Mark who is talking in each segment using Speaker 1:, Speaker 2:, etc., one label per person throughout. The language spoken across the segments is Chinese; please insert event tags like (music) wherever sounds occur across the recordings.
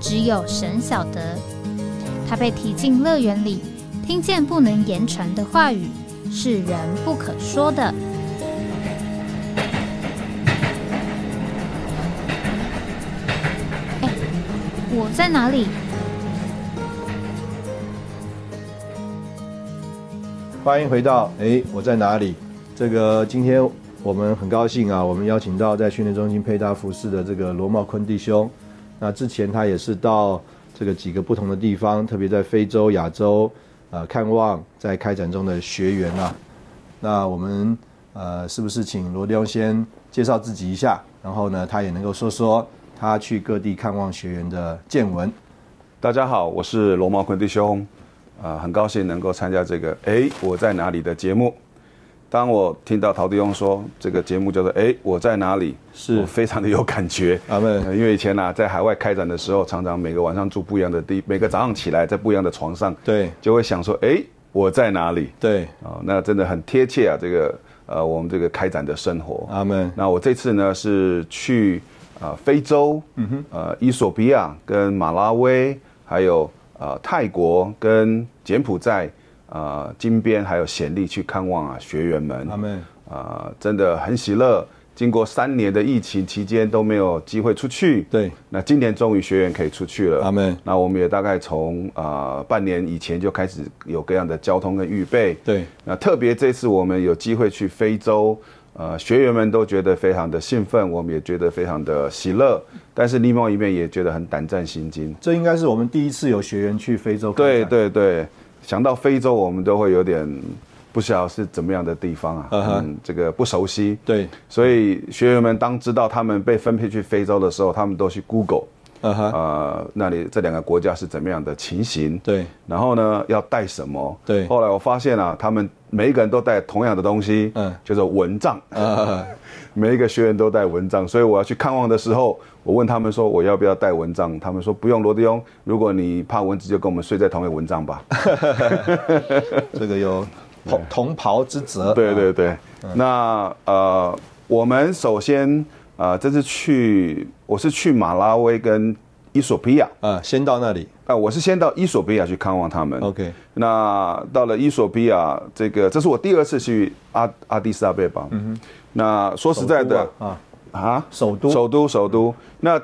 Speaker 1: 只有神晓得。他被提进乐园里，听见不能言传的话语，是人不可说的。哎我在哪里？
Speaker 2: 欢迎回到哎，我在哪里？这个今天我们很高兴啊，我们邀请到在训练中心配搭服饰的这个罗茂坤弟兄。那之前他也是到这个几个不同的地方，特别在非洲、亚洲呃看望在开展中的学员啊。那我们呃，是不是请罗弟兄先介绍自己一下，然后呢，他也能够说说他去各地看望学员的见闻。
Speaker 3: 大家好，我是罗茂坤弟兄，呃，很高兴能够参加这个“哎，我在哪里”的节目。当我听到陶弟兄说这个节目叫做“哎，我在哪里”，
Speaker 2: 是
Speaker 3: 我非常的有感觉。
Speaker 2: 阿门
Speaker 3: 呃因为以前啊，在海外开展的时候，常常每个晚上住不一样的地，每个早上起来在不一样的床上，
Speaker 2: 对
Speaker 3: 就会想说：“哎，我在哪里
Speaker 2: 对，？”
Speaker 3: 啊、那真的很贴切啊，这个呃，我们这个开展的生活。
Speaker 2: 阿门。
Speaker 3: 那我这次呢是去呃非洲，嗯哼，呃伊索比亚跟马拉维，还有呃泰国跟柬埔寨，呃金边还有暹粒去看望啊学员们，
Speaker 2: 阿门。
Speaker 3: 啊、真的很喜乐。经过三年的疫情期间都没有机会出去，
Speaker 2: 对，
Speaker 3: 那今年终于学员可以出去了，
Speaker 2: 阿门
Speaker 3: 那我们也大概从呃半年以前就开始有各样的交通跟预备，
Speaker 2: 对，
Speaker 3: 那特别这次我们有机会去非洲，呃，学员们都觉得非常的兴奋，我们也觉得非常的喜乐，但是另外一面也觉得很胆战心惊。
Speaker 2: 这应该是我们第一次有学员去非洲。
Speaker 3: 对，对对，想到非洲，我们都会有点不晓得是怎么样的地方啊，
Speaker 2: 嗯哼
Speaker 3: 嗯，这个不熟悉。
Speaker 2: 对，
Speaker 3: 所以学员们当知道他们被分配去非洲的时候，他们都去 Google，
Speaker 2: 嗯哼，
Speaker 3: 呃，那里这两个国家是怎么样的情形？
Speaker 2: 对，
Speaker 3: 然后呢，要带什么？
Speaker 2: 对
Speaker 3: 后来我发现啊，他们每一个人都带同样的东西，
Speaker 2: 嗯
Speaker 3: 嗯，就是蚊帐。
Speaker 2: 呃，
Speaker 3: 每一个学员都带蚊帐，所以我要去看望的时候，我问他们说我要不要带蚊帐，他们说不用，罗弟兄，如果你怕蚊子，就跟我们睡在同一个蚊帐吧。
Speaker 2: 这个有同同袍之责。
Speaker 3: (laughs) 对
Speaker 2: 啊，
Speaker 3: (laughs) 对嗯对，那呃，我们首先呃，这次去我是去马拉维跟伊索比亚，
Speaker 2: 啊，先到那里。
Speaker 3: 啊，我是先到伊索比亚去看望他们。
Speaker 2: OK，
Speaker 3: 那到了伊索比亚，这个这是我第二次去阿阿迪斯阿贝巴。嗯那说实在的
Speaker 2: 首都啊，
Speaker 3: 啊，
Speaker 2: 首都
Speaker 3: 首都，首都。那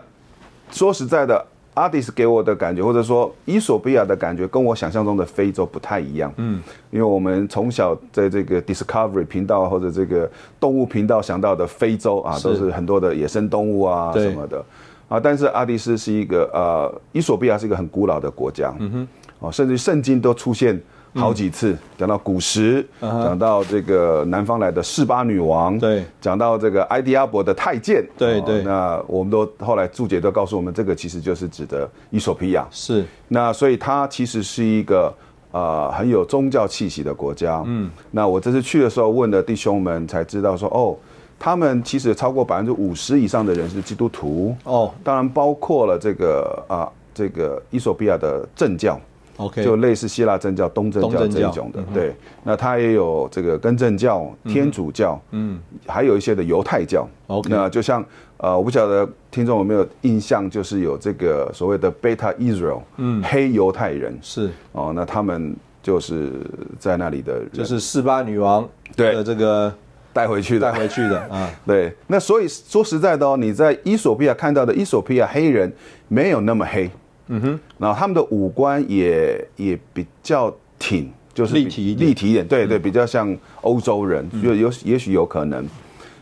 Speaker 3: 说实在的，阿迪斯给我的感觉，或者说伊索比亚的感觉，跟我想象中的非洲不太一样。嗯，因为我们从小在这个 Discovery 频道或者这个动物频道想到的非洲啊，都是很多的野生动物啊
Speaker 2: 对
Speaker 3: 什么的啊。但是阿迪斯是一个呃，伊索比亚是一个很古老的国家。嗯哼，哦，甚至圣经都出现。好几次讲到古时，讲到这个南方来的示巴女王，
Speaker 2: 对
Speaker 3: 讲到这个埃迪亚伯的太监，
Speaker 2: 对
Speaker 3: 哦
Speaker 2: 对
Speaker 3: 那我们都后来注解都告诉我们，这个其实就是指的伊索比亚。
Speaker 2: 是
Speaker 3: 那所以它其实是一个呃很有宗教气息的国家。嗯，那我这次去的时候问了弟兄们，才知道说哦，他们其实超过百分之五十以上的人是基督徒，
Speaker 2: 哦
Speaker 3: 当然包括了这个啊、这个伊索比亚的政教。
Speaker 2: ，OK，
Speaker 3: 就类似希腊正教、东正
Speaker 2: 东
Speaker 3: 教
Speaker 2: 正
Speaker 3: 这
Speaker 2: 教嗯
Speaker 3: 一种的，对。那它也有这个根正教、天主教，嗯，还有一些的犹太教。
Speaker 2: OK
Speaker 3: 那就像呃，我不晓得听众有没有印象，就是有这个所谓的 Beta Israel，嗯，黑犹太人
Speaker 2: 是
Speaker 3: 哦，那他们就是在那里的人，
Speaker 2: 就是呃四八女王
Speaker 3: 对
Speaker 2: 的这个
Speaker 3: 带回去
Speaker 2: 带
Speaker 3: 的。
Speaker 2: 回去
Speaker 3: (laughs)
Speaker 2: 的啊，
Speaker 3: 对，那所以说实在的哦，你在伊索比亚看到的伊索比亚黑人没有那么黑，嗯哼，然后他们的五官也也比较挺，就是比
Speaker 2: 立体一点嗯
Speaker 3: 立体一点，对对，比较像欧洲人，就有也许有可能。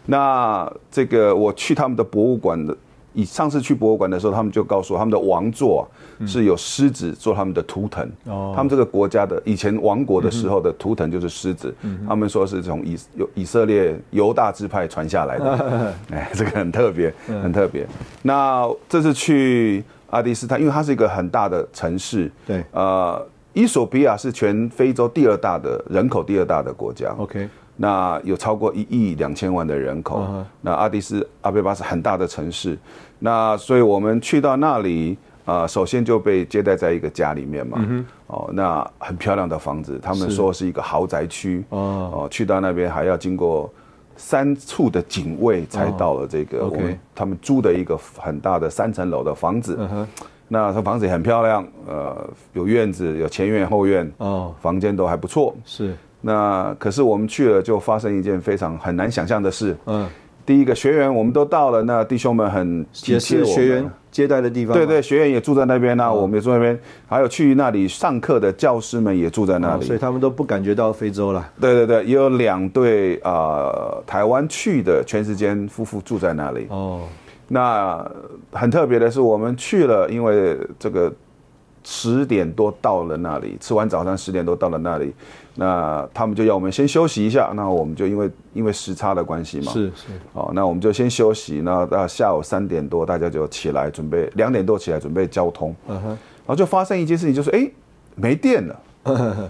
Speaker 3: 那这个我去他们的博物馆的，以上次去博物馆的时候，他们就告诉我，他们的王座、啊、是有狮子做他们的图腾。
Speaker 2: 嗯哦
Speaker 3: 他们这个国家的以前王国的时候的图腾就是狮子，他们说是从以有以色列犹大支派传下来的，哎，这个很特别，很特别。那这次去阿迪斯坦，因为它是一个很大的城市。
Speaker 2: 对
Speaker 3: 呃，伊索比亚是全非洲第二大的人口第二大的国家。
Speaker 2: ，OK，
Speaker 3: 那有超过一亿两千万的人口。
Speaker 2: 嗯哼
Speaker 3: 那阿迪斯阿贝巴是很大的城市，那所以我们去到那里，啊，首先就被接待在一个家里面嘛。
Speaker 2: 嗯
Speaker 3: 哦，那很漂亮的房子，他们说是一个豪宅区。
Speaker 2: 哦
Speaker 3: 哦，去到那边还要经过。三处的警卫才到了这个
Speaker 2: 哦
Speaker 3: 我
Speaker 2: OK
Speaker 3: 们他们租的一个很大的三层楼的房子，
Speaker 2: 嗯哼，
Speaker 3: 那这房子也很漂亮，呃，有院子，有前院后院，
Speaker 2: 哦，
Speaker 3: 房间都还不错。
Speaker 2: 是，
Speaker 3: 那可是我们去了，就发生一件非常很难想象的事。
Speaker 2: 嗯，
Speaker 3: 第一个学员我们都到了，那弟兄们很
Speaker 2: 也
Speaker 3: 体贴
Speaker 2: 是
Speaker 3: 我们
Speaker 2: 学员接待的地方吗，
Speaker 3: 对对，学员也住在那边那我们也住在那边，还有去那里上课的教师们也住在那
Speaker 2: 哦，
Speaker 3: 里。
Speaker 2: 所以他们都不感觉到非洲了。
Speaker 3: 对对对，也有两对呃台湾去的全时间夫妇住在那里。
Speaker 2: 哦，
Speaker 3: 那很特别的是，我们去了，因为这个十点多到了那里，吃完早餐十点多到了那里，那他们就要我们先休息一下，那我们就因为因为时差的关系嘛，，
Speaker 2: 是是，
Speaker 3: 哦，那我们就先休息，那到下午三点多大家就起来准备，两点多起来准备交通，
Speaker 2: 嗯哼，
Speaker 3: 然后就发生一件事情，就是哎没电了，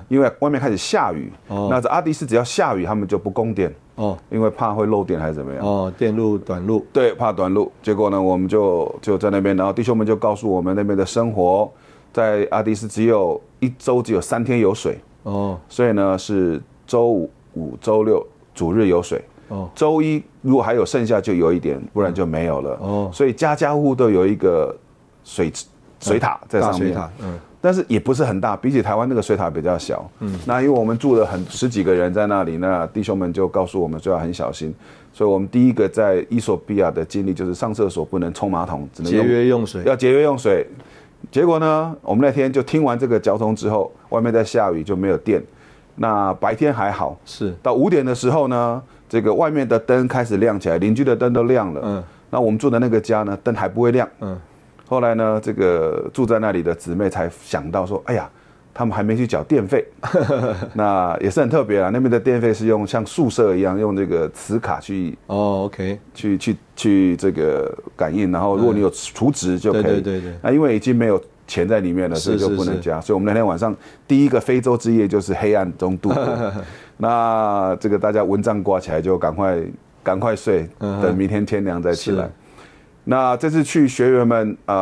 Speaker 3: 因为外面开始下雨，
Speaker 2: 哦
Speaker 3: 那这阿迪斯只要下雨他们就不供电，
Speaker 2: (laughs) 哦
Speaker 3: 因为怕会漏电还是怎么样。
Speaker 2: 哦，电路短路，
Speaker 3: 对，怕短路。结果呢，我们就就在那边，然后弟兄们就告诉我们那边的生活，在阿迪斯只有一周只有三天有水，
Speaker 2: 哦
Speaker 3: 所以呢是周五、五周六、主日有水。
Speaker 2: 哦
Speaker 3: 周一如果还有剩下就有一点，不然就没有了。
Speaker 2: 哦，
Speaker 3: 所以家家户户都有一个水池水塔在
Speaker 2: 大
Speaker 3: 上
Speaker 2: 水
Speaker 3: 面，
Speaker 2: 塔，嗯，
Speaker 3: 但是也不是很大，比起台湾那个水塔比较小。嗯，那因为我们住了很十几个人在那里，那弟兄们就告诉我们说要很小心。所以我们第一个在伊索比亚的经历就是上厕所不能冲马桶，只
Speaker 2: 嗯
Speaker 3: 能
Speaker 2: 节
Speaker 3: 用
Speaker 2: 约用水，
Speaker 3: 要节约用水。结果呢，我们那天就听完这个交通之后，外面在下雨就没有电。那白天还好，
Speaker 2: 是，
Speaker 3: 到五点的时候呢，这个外面的灯开始亮起来，邻居的灯都亮了。
Speaker 2: 嗯
Speaker 3: 那我们住的那个家呢，灯还不会亮。
Speaker 2: 嗯，
Speaker 3: 后来呢，这个住在那里的姊妹才想到说，哎呀，他们还没去缴电费， (laughs) 那也是很特别啊。那边的电费是用像宿舍一样，用这个磁卡去
Speaker 2: 哦，OK，
Speaker 3: 去去去这个感应，然后如果你有储值就可以。
Speaker 2: 嗯对对对对
Speaker 3: 那因为已经没有钱在里面了，所以
Speaker 2: 是
Speaker 3: 就是不能
Speaker 2: 是
Speaker 3: 加。所以我们那天晚上第一个非洲之夜就是黑暗中度
Speaker 2: (laughs)
Speaker 3: 过。那这个大家蚊帐挂起来就赶快赶快睡，
Speaker 2: 嗯哼
Speaker 3: 等明天天亮再起来
Speaker 2: 是。
Speaker 3: 那这次去学员们啊、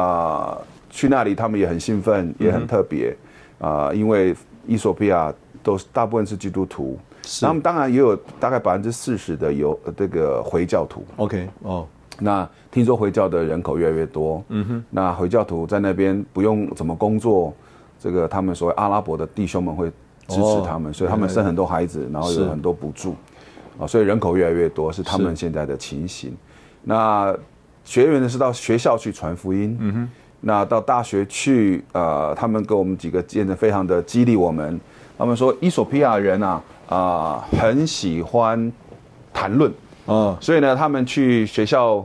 Speaker 3: 呃去那里他们也很兴奋，也
Speaker 2: 嗯
Speaker 3: 很特别啊、呃因为伊索比亚都是大部分是基督徒，
Speaker 2: 是
Speaker 3: 他们当然也有大概百分之四十的有呃这个回教徒。
Speaker 2: ，OK，哦，
Speaker 3: 那听说回教的人口越来越多，嗯哼，那回教徒在那边不用怎么工作，这个他们所谓阿拉伯的弟兄们会支持他们，
Speaker 2: 哦
Speaker 3: 所以他们生很多孩子，然后
Speaker 2: 是
Speaker 3: 有很多补助，啊，所以人口越来越多是他
Speaker 2: 是
Speaker 3: 们现在的情形。那学员呢是到学校去传福音，嗯哼，那到大学去，呃，他们给我们几个见证非常的激励我们，他们说伊索比亚人啊啊、很喜欢谈论，
Speaker 2: 哦，
Speaker 3: 所以呢，他们去学校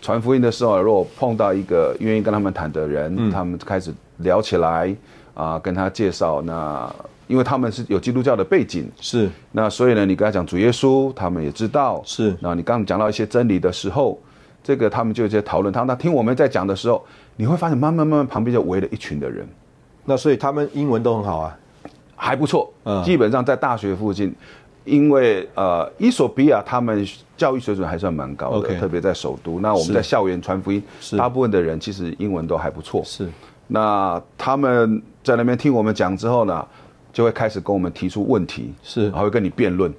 Speaker 3: 传福音的时候，如果碰到一个愿意跟他们谈的人，他们开始聊起来啊、跟他介绍。那因为他们是有基督教的背景，
Speaker 2: 是
Speaker 3: 那所以呢，你跟他讲主耶稣，他们也知道。
Speaker 2: 是
Speaker 3: 那你刚刚讲到一些真理的时候，这个他们就有一些讨论。他那听我们在讲的时候，你会发现慢慢慢慢旁边就围了一群的人，
Speaker 2: 那所以他们英文都很好啊，
Speaker 3: 还不错，
Speaker 2: 嗯
Speaker 3: 基本上在大学附近，因为呃，伊索比亚他们教育水准还算蛮高的
Speaker 2: OK
Speaker 3: 特别在首都。那我
Speaker 2: 是
Speaker 3: 们在校园传福音
Speaker 2: 是，
Speaker 3: 大部分的人其实英文都还不错。
Speaker 2: 是
Speaker 3: 那他们在那边听我们讲之后呢，就会开始跟我们提出问题，
Speaker 2: 是
Speaker 3: 还会跟你辩论。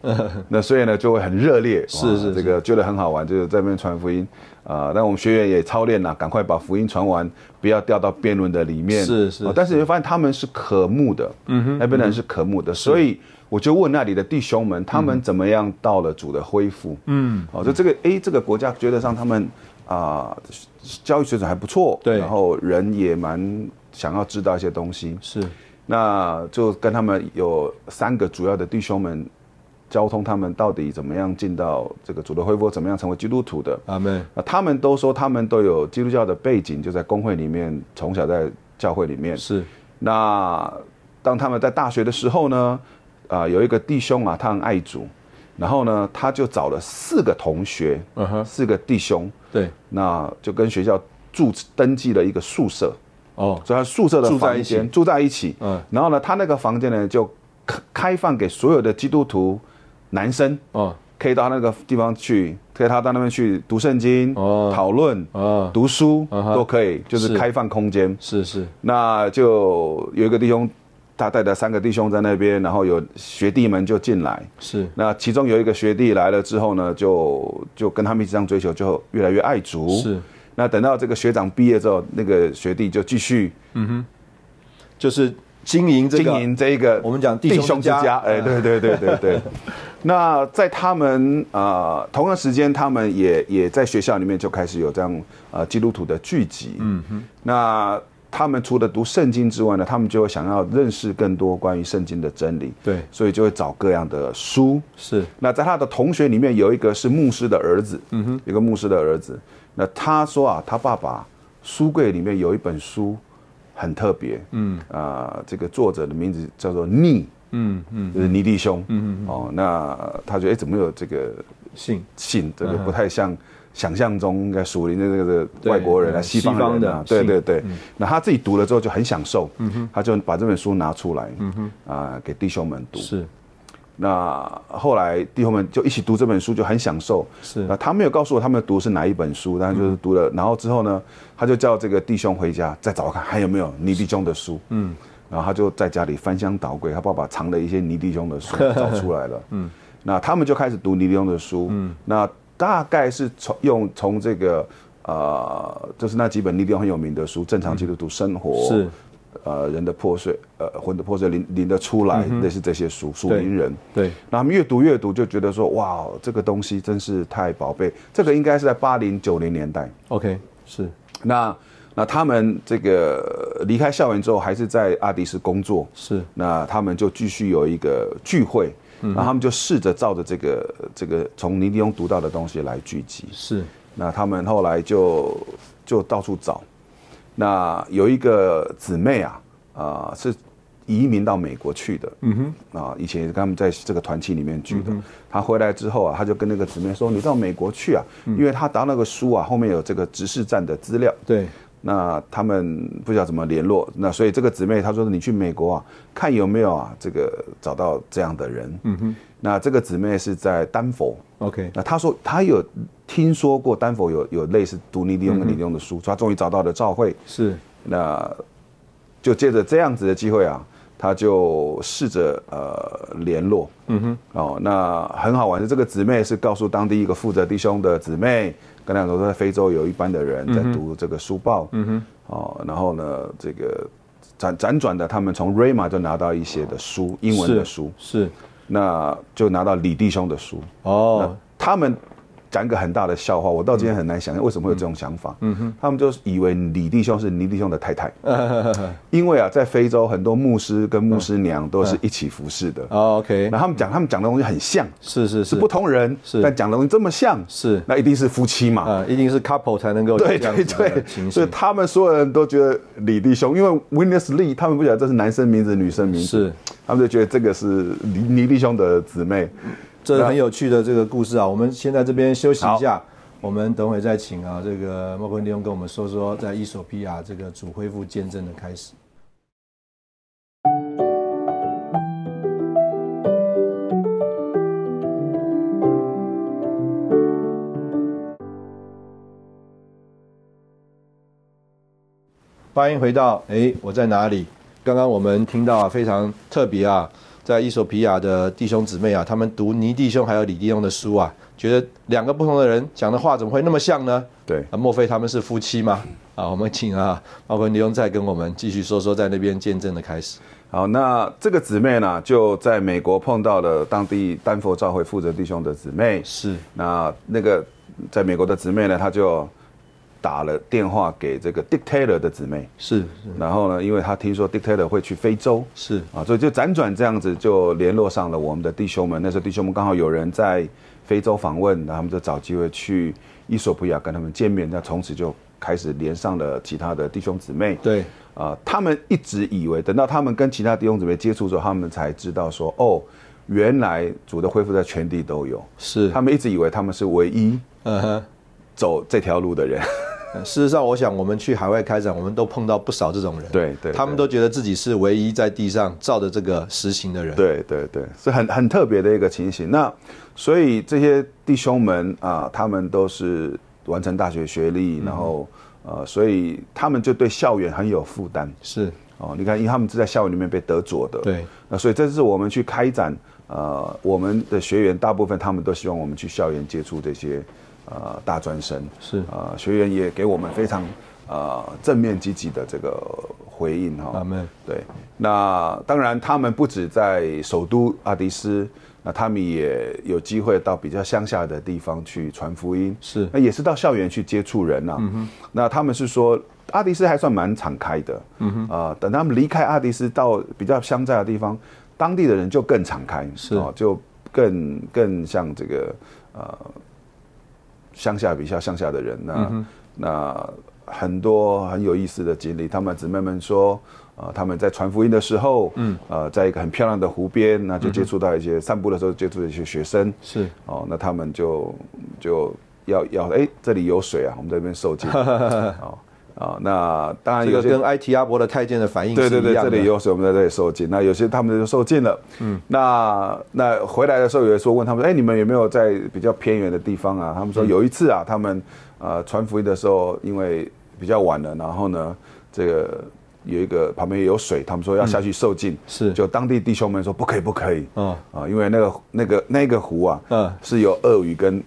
Speaker 3: 那所以呢，就会很热烈，哇
Speaker 2: 是是
Speaker 3: 这个觉得很好玩，就是在那边传福音啊。那、我们学员也操练了，赶快把福音传完，不要掉到辩论的里面。
Speaker 2: 是是
Speaker 3: 哦但是你会发现他们是渴慕的，嗯哼，那边的人是渴慕的，所以我就问那里的弟兄们，他们怎么样到了主的恢复？嗯，哦，就这个诶，这个国家觉得上他们啊、教育水准还不错，
Speaker 2: 对
Speaker 3: 然后人也蛮想要知道一些东西，
Speaker 2: 是
Speaker 3: 那就跟他们有三个主要的弟兄们。交通他们到底怎么样进到这个主的恢复，怎么样成为基督徒的？
Speaker 2: 阿门，
Speaker 3: 那他们都说他们都有基督教的背景，就在工会里面，从小在教会里面。
Speaker 2: 是
Speaker 3: 那当他们在大学的时候呢，啊、有一个弟兄啊，他很爱主，然后呢，他就找了四个同学，
Speaker 2: 嗯哼
Speaker 3: 四个弟兄，
Speaker 2: 对，
Speaker 3: 那就跟学校注登记了一个宿舍，
Speaker 2: 哦，
Speaker 3: 所以他宿舍的
Speaker 2: 住在
Speaker 3: 房
Speaker 2: 一起
Speaker 3: 间住在一起。
Speaker 2: 嗯
Speaker 3: 然后呢，他那个房间呢就开开放给所有的基督徒男生
Speaker 2: 哦，
Speaker 3: 可以到那个地方去，可以他到那边去读圣经、
Speaker 2: 哦
Speaker 3: 讨论、
Speaker 2: 哦
Speaker 3: 读书、
Speaker 2: 嗯哼
Speaker 3: 都可以，就是是开放空间。
Speaker 2: 是是，
Speaker 3: 那就有一个弟兄，他带着三个弟兄在那边，然后有学弟们就进来。
Speaker 2: 是
Speaker 3: 那其中有一个学弟来了之后呢，就就跟他们一起这样追求，就越来越爱足。
Speaker 2: 是，
Speaker 3: 那等到这个学长毕业之后，那个学弟就继续
Speaker 2: 就是经营这
Speaker 3: 经
Speaker 2: 个
Speaker 3: 营这一个
Speaker 2: 我们讲弟兄之
Speaker 3: 之
Speaker 2: 家嗯
Speaker 3: 家。哎，对对对对
Speaker 2: (laughs)
Speaker 3: 对。那在他们呃同样时间，他们也也在学校里面就开始有这样呃基督徒的聚集。嗯哼。那他们除了读圣经之外呢，他们就会想要认识更多关于圣经的真理。
Speaker 2: 对
Speaker 3: 所以就会找各样的书。
Speaker 2: 是
Speaker 3: 那在他的同学里面有一个是牧师的儿子，嗯哼，有个牧师的儿子。那他说啊，他爸爸书柜里面有一本书很特别，嗯，啊、这个作者的名字叫做逆，嗯嗯，就是尼弟兄，嗯嗯，哦，那他觉得哎，怎么有这个
Speaker 2: 信
Speaker 3: 信，这个不太像想象中应该属灵的这个
Speaker 2: 对
Speaker 3: 外国人啊，
Speaker 2: 嗯
Speaker 3: 西
Speaker 2: 西
Speaker 3: 方
Speaker 2: 方
Speaker 3: 人
Speaker 2: 的
Speaker 3: 啊，对
Speaker 2: 信
Speaker 3: 对对。那他自己读了之后就很享受，嗯哼，他就把这本书拿出来，嗯哼，啊，给弟兄们读，
Speaker 2: 是
Speaker 3: 那后来弟兄们就一起读这本书，就很享受。
Speaker 2: 是
Speaker 3: 那他没有告诉我他们读是哪一本书，但是就是读了。然后之后呢，他就叫这个弟兄回家再找看还有没有尼弟兄的书。嗯，然后他就在家里翻箱倒柜，他爸爸藏了一些尼弟兄的书找出来了。嗯，那他们就开始读尼弟兄的书。嗯，那大概是从用从这个呃，就是那几本尼弟兄很有名的书，《正常基督徒生活》
Speaker 2: 是
Speaker 3: 呃人的破碎，呃魂的破碎，灵灵的出来，类似这些书，属
Speaker 2: 对
Speaker 3: 灵人。
Speaker 2: 对
Speaker 3: 那他们越读越读，就觉得说，哇，这个东西真是太宝贝。这个应该是在八零九零年代。
Speaker 2: ，OK 是
Speaker 3: 那那他们这个呃离开校园之后，还是在阿迪斯工作，
Speaker 2: 是
Speaker 3: 那他们就继续有一个聚会，然后他们就试着照着这个这个从尼迪翁读到的东西来聚集。
Speaker 2: 是
Speaker 3: 那他们后来就就到处找，那有一个姊妹啊，啊、是移民到美国去的，嗯哼，啊、以前也跟他们在这个团契里面聚的。她回来之后啊，她就跟那个姊妹说：“你到美国去啊，因为她拿那个书啊，后面有这个执事站的资料，
Speaker 2: 对
Speaker 3: 那他们不知道怎么联络，那所以这个姊妹她说你去美国啊，看有没有啊这个找到这样的人。嗯哼，那这个姊妹是在丹佛，
Speaker 2: OK
Speaker 3: 那她说她有听说过丹佛有有类似读尼利用跟尼利用的书，所以她终于找到了赵慧，
Speaker 2: 是
Speaker 3: 那就借着这样子的机会啊，她就试着呃联络。嗯哼，哦，那很好玩的，这个姊妹是告诉当地一个负责弟兄的姊妹，跟她说在非洲有一班的人在读这个书报。嗯哼，哦，然后呢，这个辗辗转的，他们从瑞玛就拿到一些的书，英文的
Speaker 2: 是
Speaker 3: 书，
Speaker 2: 是
Speaker 3: 那就拿到李弟兄的书。
Speaker 2: 哦
Speaker 3: 他们讲一个很大的笑话，我到今天很难想象为什么会有这种想法。嗯哼，他们就是以为李弟兄是倪弟兄的太太，
Speaker 2: (laughs)
Speaker 3: 因为啊，在非洲很多牧师跟牧师娘都
Speaker 2: 嗯
Speaker 3: 是一起服侍的。
Speaker 2: 哦 OK
Speaker 3: 然后他们讲，他们讲的东西很像，
Speaker 2: 是是
Speaker 3: 是不同人，
Speaker 2: 是
Speaker 3: 但讲的东西这么像，
Speaker 2: 是
Speaker 3: 那一定是夫妻嘛。
Speaker 2: 啊，一定是 couple 才能够有
Speaker 3: 对
Speaker 2: 这样
Speaker 3: 对
Speaker 2: 子啊的
Speaker 3: 对，
Speaker 2: 情
Speaker 3: 所以
Speaker 2: 形，
Speaker 3: 他们所有人都觉得李弟兄，因为 Witness Lee 他们不晓得这是男生名字、女生名字，
Speaker 2: 是
Speaker 3: 他们就觉得这个是李倪弟兄的姊妹。
Speaker 2: 这是很有趣的这个故事啊。我们先在这边休息一下，我们等会再请啊这个莫坤弟兄跟我们说说在伊索比亚这个主恢复见证的开始。欢迎回到哎，我在哪里？刚刚我们听到啊，非常特别啊，在伊索比亚的弟兄姊妹啊，他们读尼弟兄还有李弟兄的书啊，觉得两个不同的人讲的话怎么会那么像呢？
Speaker 3: 对
Speaker 2: 啊，莫非他们是夫妻吗？啊，我们请啊，包括尼兄再跟我们继续说说在那边见证的开始。
Speaker 3: 好，那这个姊妹呢，就在美国碰到了当地丹佛教会负责弟兄的姊妹。
Speaker 2: 是
Speaker 3: 那那个在美国的姊妹呢，她就打了电话给这个 Dick Taylor 的姊妹。
Speaker 2: 是
Speaker 3: 然后呢，因为她听说 Dick Taylor 会去非洲，
Speaker 2: 是
Speaker 3: 啊，所以就辗转这样子就联络上了我们的弟兄们。那时候弟兄们刚好有人在非洲访问，然后他们就找机会去伊索比亚跟他们见面，那从此就开始连上了其他的弟兄姊妹。
Speaker 2: 对
Speaker 3: 啊、他们一直以为等到他们跟其他弟兄姊妹接触之后，他们才知道说，哦，原来主的恢复在全地都有。
Speaker 2: 是，
Speaker 3: 他们一直以为他们是唯一
Speaker 2: 嗯哼，
Speaker 3: 走这条路的人，
Speaker 2: 呃事实上，我想我们去海外开展，我们都碰到不少这种人，
Speaker 3: (laughs) 对对
Speaker 2: 他们
Speaker 3: 对
Speaker 2: 都觉得自己是唯一在地上照着这个实行的人，，
Speaker 3: 对对对，是很很特别的一个情形。那所以这些弟兄们啊，他们都是完成大学学历，然后呃，所以他们就对校园很有负担
Speaker 2: 是，
Speaker 3: 哦。你看，因为他们是在校园里面被得着的，
Speaker 2: 对，
Speaker 3: 那所以这是我们去开展呃，我们的学员大部分他们都希望我们去校园接触这些呃大专生，
Speaker 2: 是
Speaker 3: 呃学员也给我们非常呃正面积极的这个回应哈、
Speaker 2: 阿门，
Speaker 3: 对，那当然他们不止在首都阿迪斯，那他们也有机会到比较乡下的地方去传福音，
Speaker 2: 是
Speaker 3: 那也是到校园去接触人呐、啊那他们是说。阿迪斯还算蛮敞开的，嗯哼，啊、等他们离开阿迪斯到比较乡寨的地方，当地的人就更敞开，哦
Speaker 2: 是
Speaker 3: 就更更像这个呃乡下比较乡下的人，
Speaker 2: 嗯
Speaker 3: 那、那很多很有意思的经历，他们姊妹们说，呃，他们在传福音的时候，嗯，呃，在一个很漂亮的湖边，那就接触到一些、散步的时候接触到一些学生，
Speaker 2: 是，
Speaker 3: 哦，那他们就就要要，哎，这里有水啊，我们这边
Speaker 2: (laughs)
Speaker 3: 受浸，哦哦，那当然
Speaker 2: 这
Speaker 3: 有
Speaker 2: 个
Speaker 3: 些
Speaker 2: 跟埃提阿伯的太监的反应是
Speaker 3: 对对
Speaker 2: 一
Speaker 3: 对，
Speaker 2: 样
Speaker 3: 这
Speaker 2: 的，
Speaker 3: 里有水，我们在这里受尽。那有些他们就受尽了。嗯，那那回来的时候，有人说问他们，哎，你们有没有在比较偏远的地方啊？他们
Speaker 2: 嗯
Speaker 3: 说有一次啊，他们呃传福音的时候，因为比较晚了，然后呢，这个有一个旁边有水，他们说要下去受尽。
Speaker 2: 嗯是
Speaker 3: 就当地弟兄们说不可以，不可以。
Speaker 2: 嗯
Speaker 3: 啊，因为那个那个那个湖啊，
Speaker 2: 嗯
Speaker 3: 是有鳄鱼跟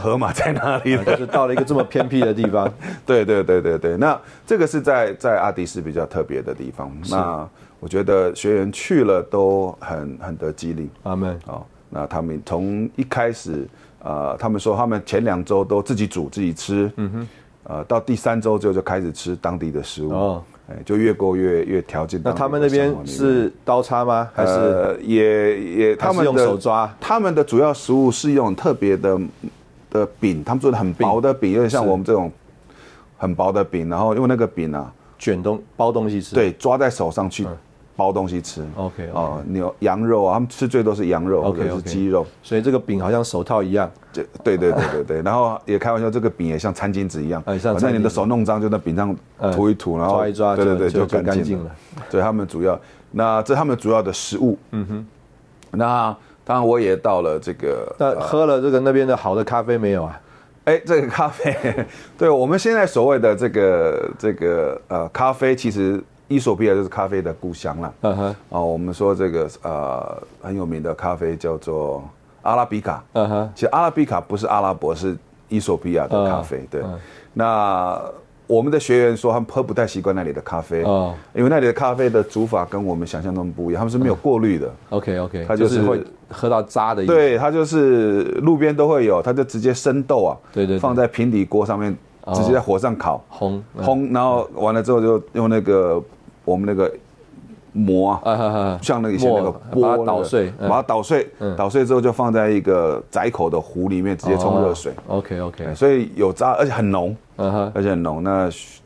Speaker 3: 河马在那
Speaker 2: (laughs)
Speaker 3: 里的
Speaker 2: 啊。就是到了一个这么偏僻的地方，
Speaker 3: 对对对对对，那这个是在在阿迪斯比较特别的地方。那我觉得学员去了都很很得激励
Speaker 2: 阿门，
Speaker 3: 哦。那他们从一开始，呃，他们说他们前两周都自己煮自己吃，嗯哼，呃，到第三周之后就开始吃当地的食物，
Speaker 2: 哦
Speaker 3: 哦，哎，就越过越越调进
Speaker 2: 那
Speaker 3: 当地的
Speaker 2: 他
Speaker 3: 生活
Speaker 2: 们
Speaker 3: 里面。
Speaker 2: 那边是刀叉吗？还是
Speaker 3: 呃，也也他们
Speaker 2: 用
Speaker 3: 的
Speaker 2: 手抓
Speaker 3: 他们的主要食物是用特别的的饼，他们做的很薄的饼，有点像我们这种很薄的饼，然后用那个饼啊，
Speaker 2: 卷东包东西吃？
Speaker 3: 对，抓在手上
Speaker 2: 嗯
Speaker 3: 去包东西吃。
Speaker 2: ，OK，哦，
Speaker 3: 哦，牛羊肉啊，他们吃最多是羊肉或
Speaker 2: OK，OK
Speaker 3: 者是鸡肉，
Speaker 2: 所以这个饼好像手套一样，
Speaker 3: 这对对对对
Speaker 2: (laughs)
Speaker 3: 对。然后也开玩笑，这个饼也像餐巾纸一样，
Speaker 2: 哎像
Speaker 3: 反正你
Speaker 2: 餐巾
Speaker 3: 的
Speaker 2: 纸
Speaker 3: 手弄脏就在饼上
Speaker 2: 嗯
Speaker 3: 涂一涂，然后
Speaker 2: 抓一抓
Speaker 3: 对对对，
Speaker 2: 就就
Speaker 3: 就
Speaker 2: 干
Speaker 3: 干
Speaker 2: 净
Speaker 3: 净
Speaker 2: 了
Speaker 3: 了。对他们主要，那这是他们主要的食物。嗯哼，那当然我也到了这个
Speaker 2: 那喝了这个那边的好的咖啡没有啊？
Speaker 3: 哎，这个咖啡，对我们现在所谓的这个这个呃咖啡，其实伊索比亚就是咖啡的故乡啦。
Speaker 2: 嗯哼，
Speaker 3: 啊、我们说这个呃很有名的咖啡叫做阿拉比卡。
Speaker 2: 嗯哼，
Speaker 3: 其实阿拉比卡不是阿拉伯，是伊索比亚的咖啡。对，那我们的学员说他们喝不太习惯那里的咖啡，
Speaker 2: 哦
Speaker 3: 因为那里的咖啡的煮法跟我们想象中不一样，他们是没有过滤的。
Speaker 2: ，OK OK，
Speaker 3: 它
Speaker 2: 就
Speaker 3: 就是是
Speaker 2: 会喝到渣的意思。
Speaker 3: 对，它就是路边都会有，它就直接生豆啊，
Speaker 2: 对哦对对
Speaker 3: 放在平底锅上面，直接在火上烤，
Speaker 2: 红嗯
Speaker 3: 烘，然后完了之后就用那个我们那个磨啊，
Speaker 2: 啊哈哈，
Speaker 3: 像那个以前那个
Speaker 2: 磨
Speaker 3: 钵
Speaker 2: 把它
Speaker 3: 那个
Speaker 2: 捣碎嗯
Speaker 3: 把它捣碎，捣碎之后就放在一个窄口的壶里面，直接冲热水，
Speaker 2: OK OK，
Speaker 3: 哎所以有渣，而且很浓，
Speaker 2: 哦嗯哼，
Speaker 3: 而且很浓。那学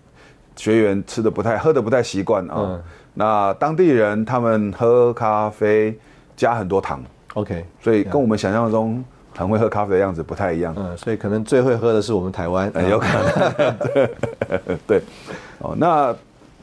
Speaker 3: 学员吃的不太，喝的不太习惯啊。
Speaker 2: 嗯
Speaker 3: 那当地人他们喝咖啡加很多糖，
Speaker 2: OK，
Speaker 3: 所以跟我们想象中很会喝咖啡的样子不太一样，
Speaker 2: 嗯，所以可能最会喝的是我们台湾，
Speaker 3: 呃有可能。 (laughs) 对，哦，那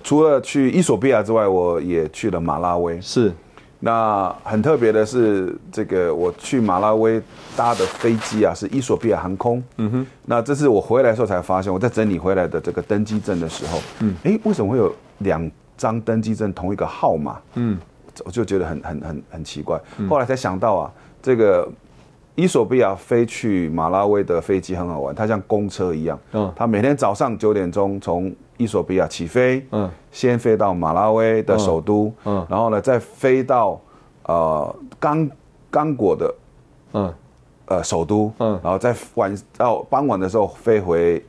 Speaker 3: 除了去伊索比亚之外，我也去了马拉维。
Speaker 2: 嗯是
Speaker 3: 那很特别的是，这个我去马拉维搭的飞机啊，是伊索比亚航空。嗯哼。那这是我回来的时候才发现，我在整理回来的这个登机证的时候，嗯，哎，为什么会有两张登机证同一个号码？嗯，我就觉得很很很很奇怪。
Speaker 2: 嗯
Speaker 3: 后来才想到啊，这个伊索比亚飞去马拉维的飞机很好玩，它像公车一样，
Speaker 2: 嗯
Speaker 3: 嗯，它每天早上九点钟从伊索比亚起飞，
Speaker 2: 嗯
Speaker 3: 嗯，先飞到马拉维的首都，
Speaker 2: 嗯
Speaker 3: 嗯，
Speaker 2: 嗯
Speaker 3: 然后呢再飞到呃刚刚果的
Speaker 2: 嗯
Speaker 3: 呃首都，
Speaker 2: 嗯
Speaker 3: 嗯，然后再晚到傍晚的时候飞回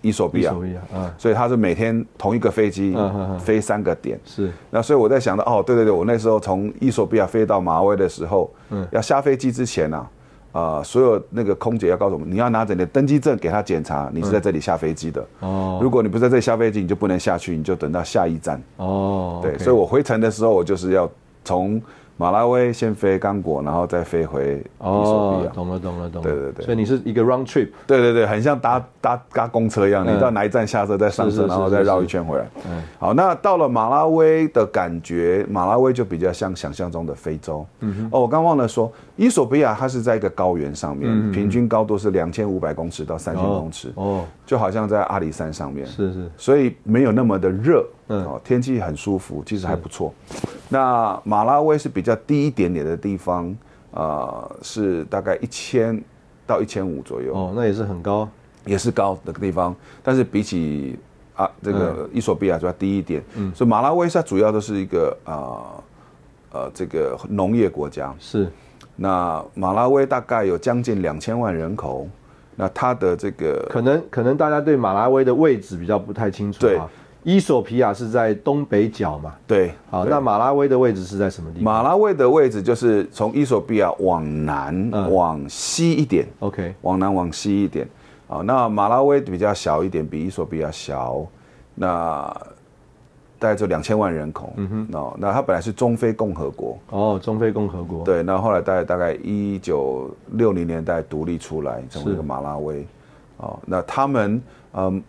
Speaker 3: 伊索比
Speaker 2: 伊
Speaker 3: 亚，
Speaker 2: 索比亚，嗯
Speaker 3: 所以它是每天同一个飞机
Speaker 2: 嗯嗯嗯
Speaker 3: 飞三个点，
Speaker 2: 是
Speaker 3: 那所以我在想到，哦，对对对，我那时候从伊索比亚飞到马威的时候，嗯，要下飞机之前啊，呃，所有那个空姐要告诉我们，你要拿着你的登机证给他检查，你是在这里下飞机的。
Speaker 2: 哦
Speaker 3: 如果你不是在这里下飞机，你就不能下去，你就等到下一站。
Speaker 2: 哦，
Speaker 3: 对
Speaker 2: OK
Speaker 3: 所以我回程的时候，我就是要从马拉维先飞刚果，然后再飞回伊索比
Speaker 2: 哦
Speaker 3: 亚，。
Speaker 2: 懂了，懂了，懂了。
Speaker 3: 对对对
Speaker 2: 所以你是一个 round trip，
Speaker 3: 对对对，很像搭搭搭公车一样，
Speaker 2: 嗯
Speaker 3: 你到哪一站下车再上
Speaker 2: 是是
Speaker 3: 车，
Speaker 2: 是嗯
Speaker 3: 然后再绕一圈回来。好，那到了马拉维的感觉，马拉维就比较像想象中的非洲。嗯哦，我刚忘了说，伊索比亚它是在一个高原上面，平均高度是两千五百公尺到三千公尺，
Speaker 2: 嗯哦，
Speaker 3: 就好像在阿里山上面。
Speaker 2: 是是，
Speaker 3: 所以没有那么的热，
Speaker 2: 嗯
Speaker 3: 哦，天气很舒服，其实还不错。那马拉维是比较低一点点的地方，呃，是大概一千到一千五左右，
Speaker 2: 哦，那也是很高，
Speaker 3: 也是高的地方，但是比起啊
Speaker 2: 嗯
Speaker 3: 这个伊索比亚主要低一点，所以马拉维它主要都是一个呃呃这个农业国家，
Speaker 2: 是
Speaker 3: 那马拉维大概有将近两千万人口，那它的这个
Speaker 2: 可能可能大家对马拉维的位置比较不太清楚
Speaker 3: 对
Speaker 2: 啊。伊索皮亚是在东北角嘛，
Speaker 3: 对
Speaker 2: 好，
Speaker 3: 对
Speaker 2: 那马拉维的位置是在什么地方
Speaker 3: 马拉维的位置就是从伊索比亚往南、
Speaker 2: 嗯
Speaker 3: 往西一点，
Speaker 2: ？OK，
Speaker 3: 往南往西一点。啊，那马拉维比较小一点，比伊索比亚小，那大概就两千万人口。嗯哼，那那它本来是中非共和国，
Speaker 2: 哦，中非共和国，
Speaker 3: 对，那后来大概大概一九六零年代独立出来，成为一个马拉维。哦，那他们嗯，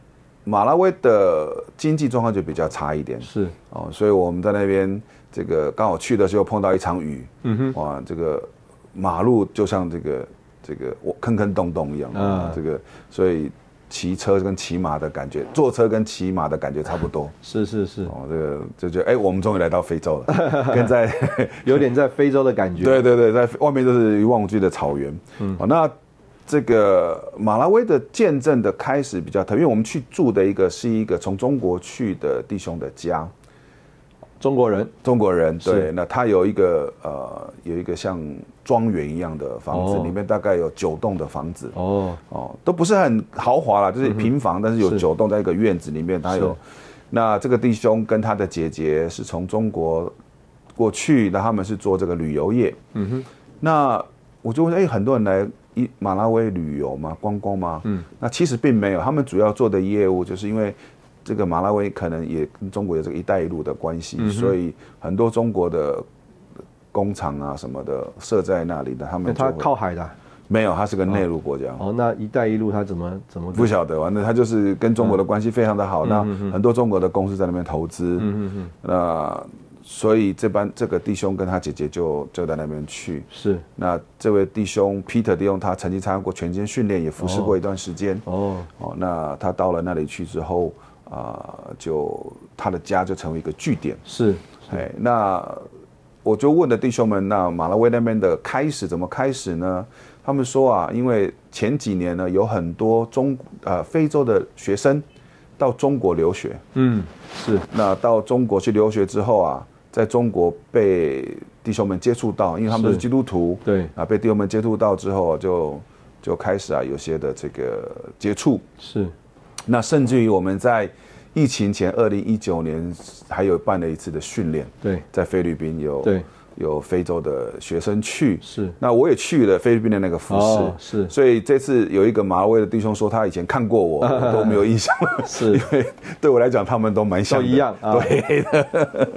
Speaker 3: 马拉维的经济状况就比较差一点。
Speaker 2: 是
Speaker 3: 哦，所以我们在那边这个刚好去的时候碰到一场雨，嗯哼，哇，这个马路就像这个这个我坑坑洞洞一样，
Speaker 2: 啊
Speaker 3: 啊，这个所以骑车跟骑马的感觉，坐车跟骑马的感觉差不多。
Speaker 2: 是是是，
Speaker 3: 哦，这个就觉得哎、我们终于来到非洲了，跟在
Speaker 2: 有点在非洲的感觉。
Speaker 3: 对对对，在外面都是一望无际的草原。嗯，哦，那这个马拉维的见证的开始比较特别，因为我们去住的一个是一个从中国去的弟兄的家，
Speaker 2: 中国人
Speaker 3: 中国人
Speaker 2: 是
Speaker 3: 对，那他有一个呃，有一个像庄园一样的房子，
Speaker 2: 哦
Speaker 3: 里面大概有九栋的房子
Speaker 2: 哦，
Speaker 3: 哦，都不是很豪华啦，就是平房，但是
Speaker 2: 嗯
Speaker 3: 有
Speaker 2: 是
Speaker 3: 九栋在一个院子里面，他
Speaker 2: 是
Speaker 3: 有。那这个弟兄跟他的姐姐是从中国过去，那他们是做这个旅游业。嗯哼，那我就问，哎、很多人来一马拉维旅游吗？观光吗？嗯，那其实并没有，他们主要做的业务就是因为这个马拉维可能也跟中国有这个“一带一路”的关系，
Speaker 2: 嗯
Speaker 3: 所以很多中国的工厂啊什么的设在那里的，他
Speaker 2: 那
Speaker 3: 们就
Speaker 2: 他
Speaker 3: 会
Speaker 2: 靠海的啊、
Speaker 3: 没有，它是个内陆国家。
Speaker 2: 哦，那“一带一路”他怎么怎么
Speaker 3: 不晓得，反正他就是跟中国的关系非常的好，那很多中国的公司在那边投资，那、所以这班这个弟兄跟他姐姐就就在那边去。
Speaker 2: 是
Speaker 3: 那这位弟兄 Peter 弟兄，他曾经参加过全军训练，也服侍过一段时间。
Speaker 2: 哦，
Speaker 3: 哦，那他到了那里去之后，啊、就他的家就成为一个据点。
Speaker 2: 是
Speaker 3: 哎，那我就问了弟兄们，那马拉维那边的开始怎么开始呢？他们说啊，因为前几年呢，有很多中呃非洲的学生到中国留学，
Speaker 2: 嗯是
Speaker 3: 那到中国去留学之后啊，在中国被弟兄们接触到，因为他们都是
Speaker 2: 是
Speaker 3: 基督徒，
Speaker 2: 对
Speaker 3: 啊，被弟兄们接触到之后啊就就开始啊有些的这个接触，
Speaker 2: 是
Speaker 3: 那甚至于我们在疫情前二零一九年还有办了一次的训练，
Speaker 2: 对
Speaker 3: 在菲律宾有
Speaker 2: 对
Speaker 3: 有非洲的学生去，
Speaker 2: 是
Speaker 3: 那我也去了菲律宾的那个服饰。
Speaker 2: 哦是
Speaker 3: 所以这次有一个马拉维的弟兄说，他以前看
Speaker 2: (laughs)
Speaker 3: 过我，我都没有印象。 (laughs)
Speaker 2: 是
Speaker 3: 对我来讲，他们都蛮像
Speaker 2: 都
Speaker 3: 的
Speaker 2: 一样啊
Speaker 3: 对的。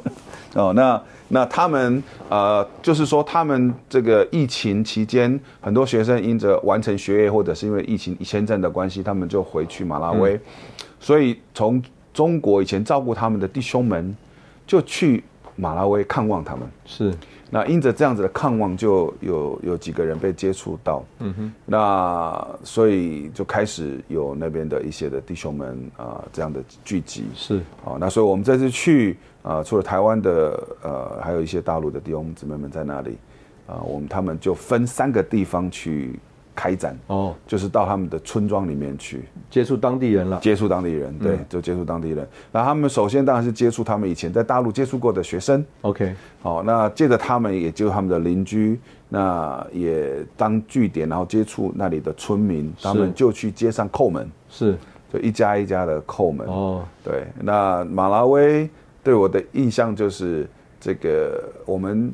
Speaker 3: 哦，那那他们呃，就是说他们这个疫情期间，很多学生因着完成学业或者是因为疫情签证的关系，他们就回去马拉
Speaker 2: 嗯
Speaker 3: 维。所以从中国以前照顾他们的弟兄们，就去马拉维看望他们。
Speaker 2: 是
Speaker 3: 那因着这样子的抗望，就有有几个人被接触到，嗯哼，那所以就开始有那边的一些的弟兄们啊、这样的聚集，
Speaker 2: 是
Speaker 3: 哦，那所以我们这次去啊、除了台湾的呃，还有一些大陆的弟兄姊妹们在那里，啊、我们他们就分三个地方去开展，
Speaker 2: 哦，
Speaker 3: 就是到他们的村庄里面去，
Speaker 2: 接触当地人了，
Speaker 3: 接触当地人，对，就接触当地人。那他们首先当然是接触他们以前在大陆接触过的学生，
Speaker 2: OK
Speaker 3: 好，那借着他们，也就是他们的邻居，那也当据点，然后接触那里的村民，他们就去街上叩门，
Speaker 2: 是
Speaker 3: 就一家一家的叩门。
Speaker 2: 哦
Speaker 3: 对，那马拉维对我的印象就是这个，我们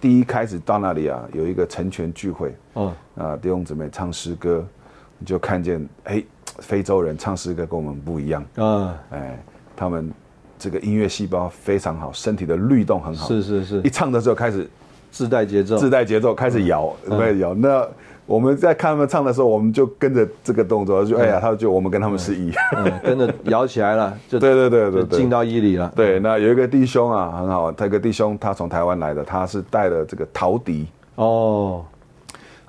Speaker 3: 第一开始到那里啊，有一个成全聚会
Speaker 2: 哦
Speaker 3: 啊，弟兄姊妹唱诗歌，你就看见哎，非洲人唱诗歌跟我们不一样，
Speaker 2: 啊
Speaker 3: 哎，他们这个音乐细胞非常好，身体的律动很好，
Speaker 2: 是是是
Speaker 3: 一唱的时候开始
Speaker 2: 自带节奏，
Speaker 3: 自带节奏开始摇，
Speaker 2: 嗯
Speaker 3: 开始摇。那我们在看他们唱的时候，我们就跟着这个动作，就哎呀，他就我们跟他们是一。
Speaker 2: 嗯，跟着摇起来了，就
Speaker 3: (laughs) 对对对对
Speaker 2: 就
Speaker 3: 对，
Speaker 2: 进到伊犁了。
Speaker 3: 对，那有一个弟兄啊，很好，他有一个弟兄他从台湾来的，他是带了这个陶笛，
Speaker 2: 哦，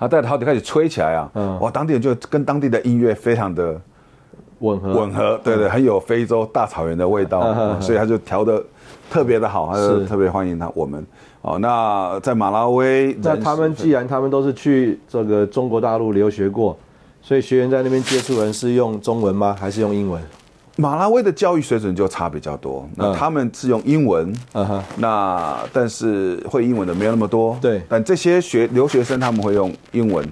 Speaker 3: 他带着陶笛开始吹起来啊，
Speaker 2: 嗯
Speaker 3: 哇，当地人就跟当地的音乐非常的
Speaker 2: 吻合，
Speaker 3: 吻合，对对，很有非洲大草原的味道，
Speaker 2: 嗯嗯嗯嗯
Speaker 3: 嗯所以他就调的特别的好，他就是特别欢迎他我们。哦，那在马拉维，
Speaker 2: 那
Speaker 3: 人
Speaker 2: 他们既然他们都是去这个中国大陆留学过，所以学员在那边接触人是用中文吗？还是用英文？
Speaker 3: 马拉维的教育水准就差比较多，那
Speaker 2: 嗯
Speaker 3: 他们是用英文，
Speaker 2: 啊哈，
Speaker 3: 那但是会英文的没有那么多，
Speaker 2: 对
Speaker 3: 但这些学留学生他们会用英文，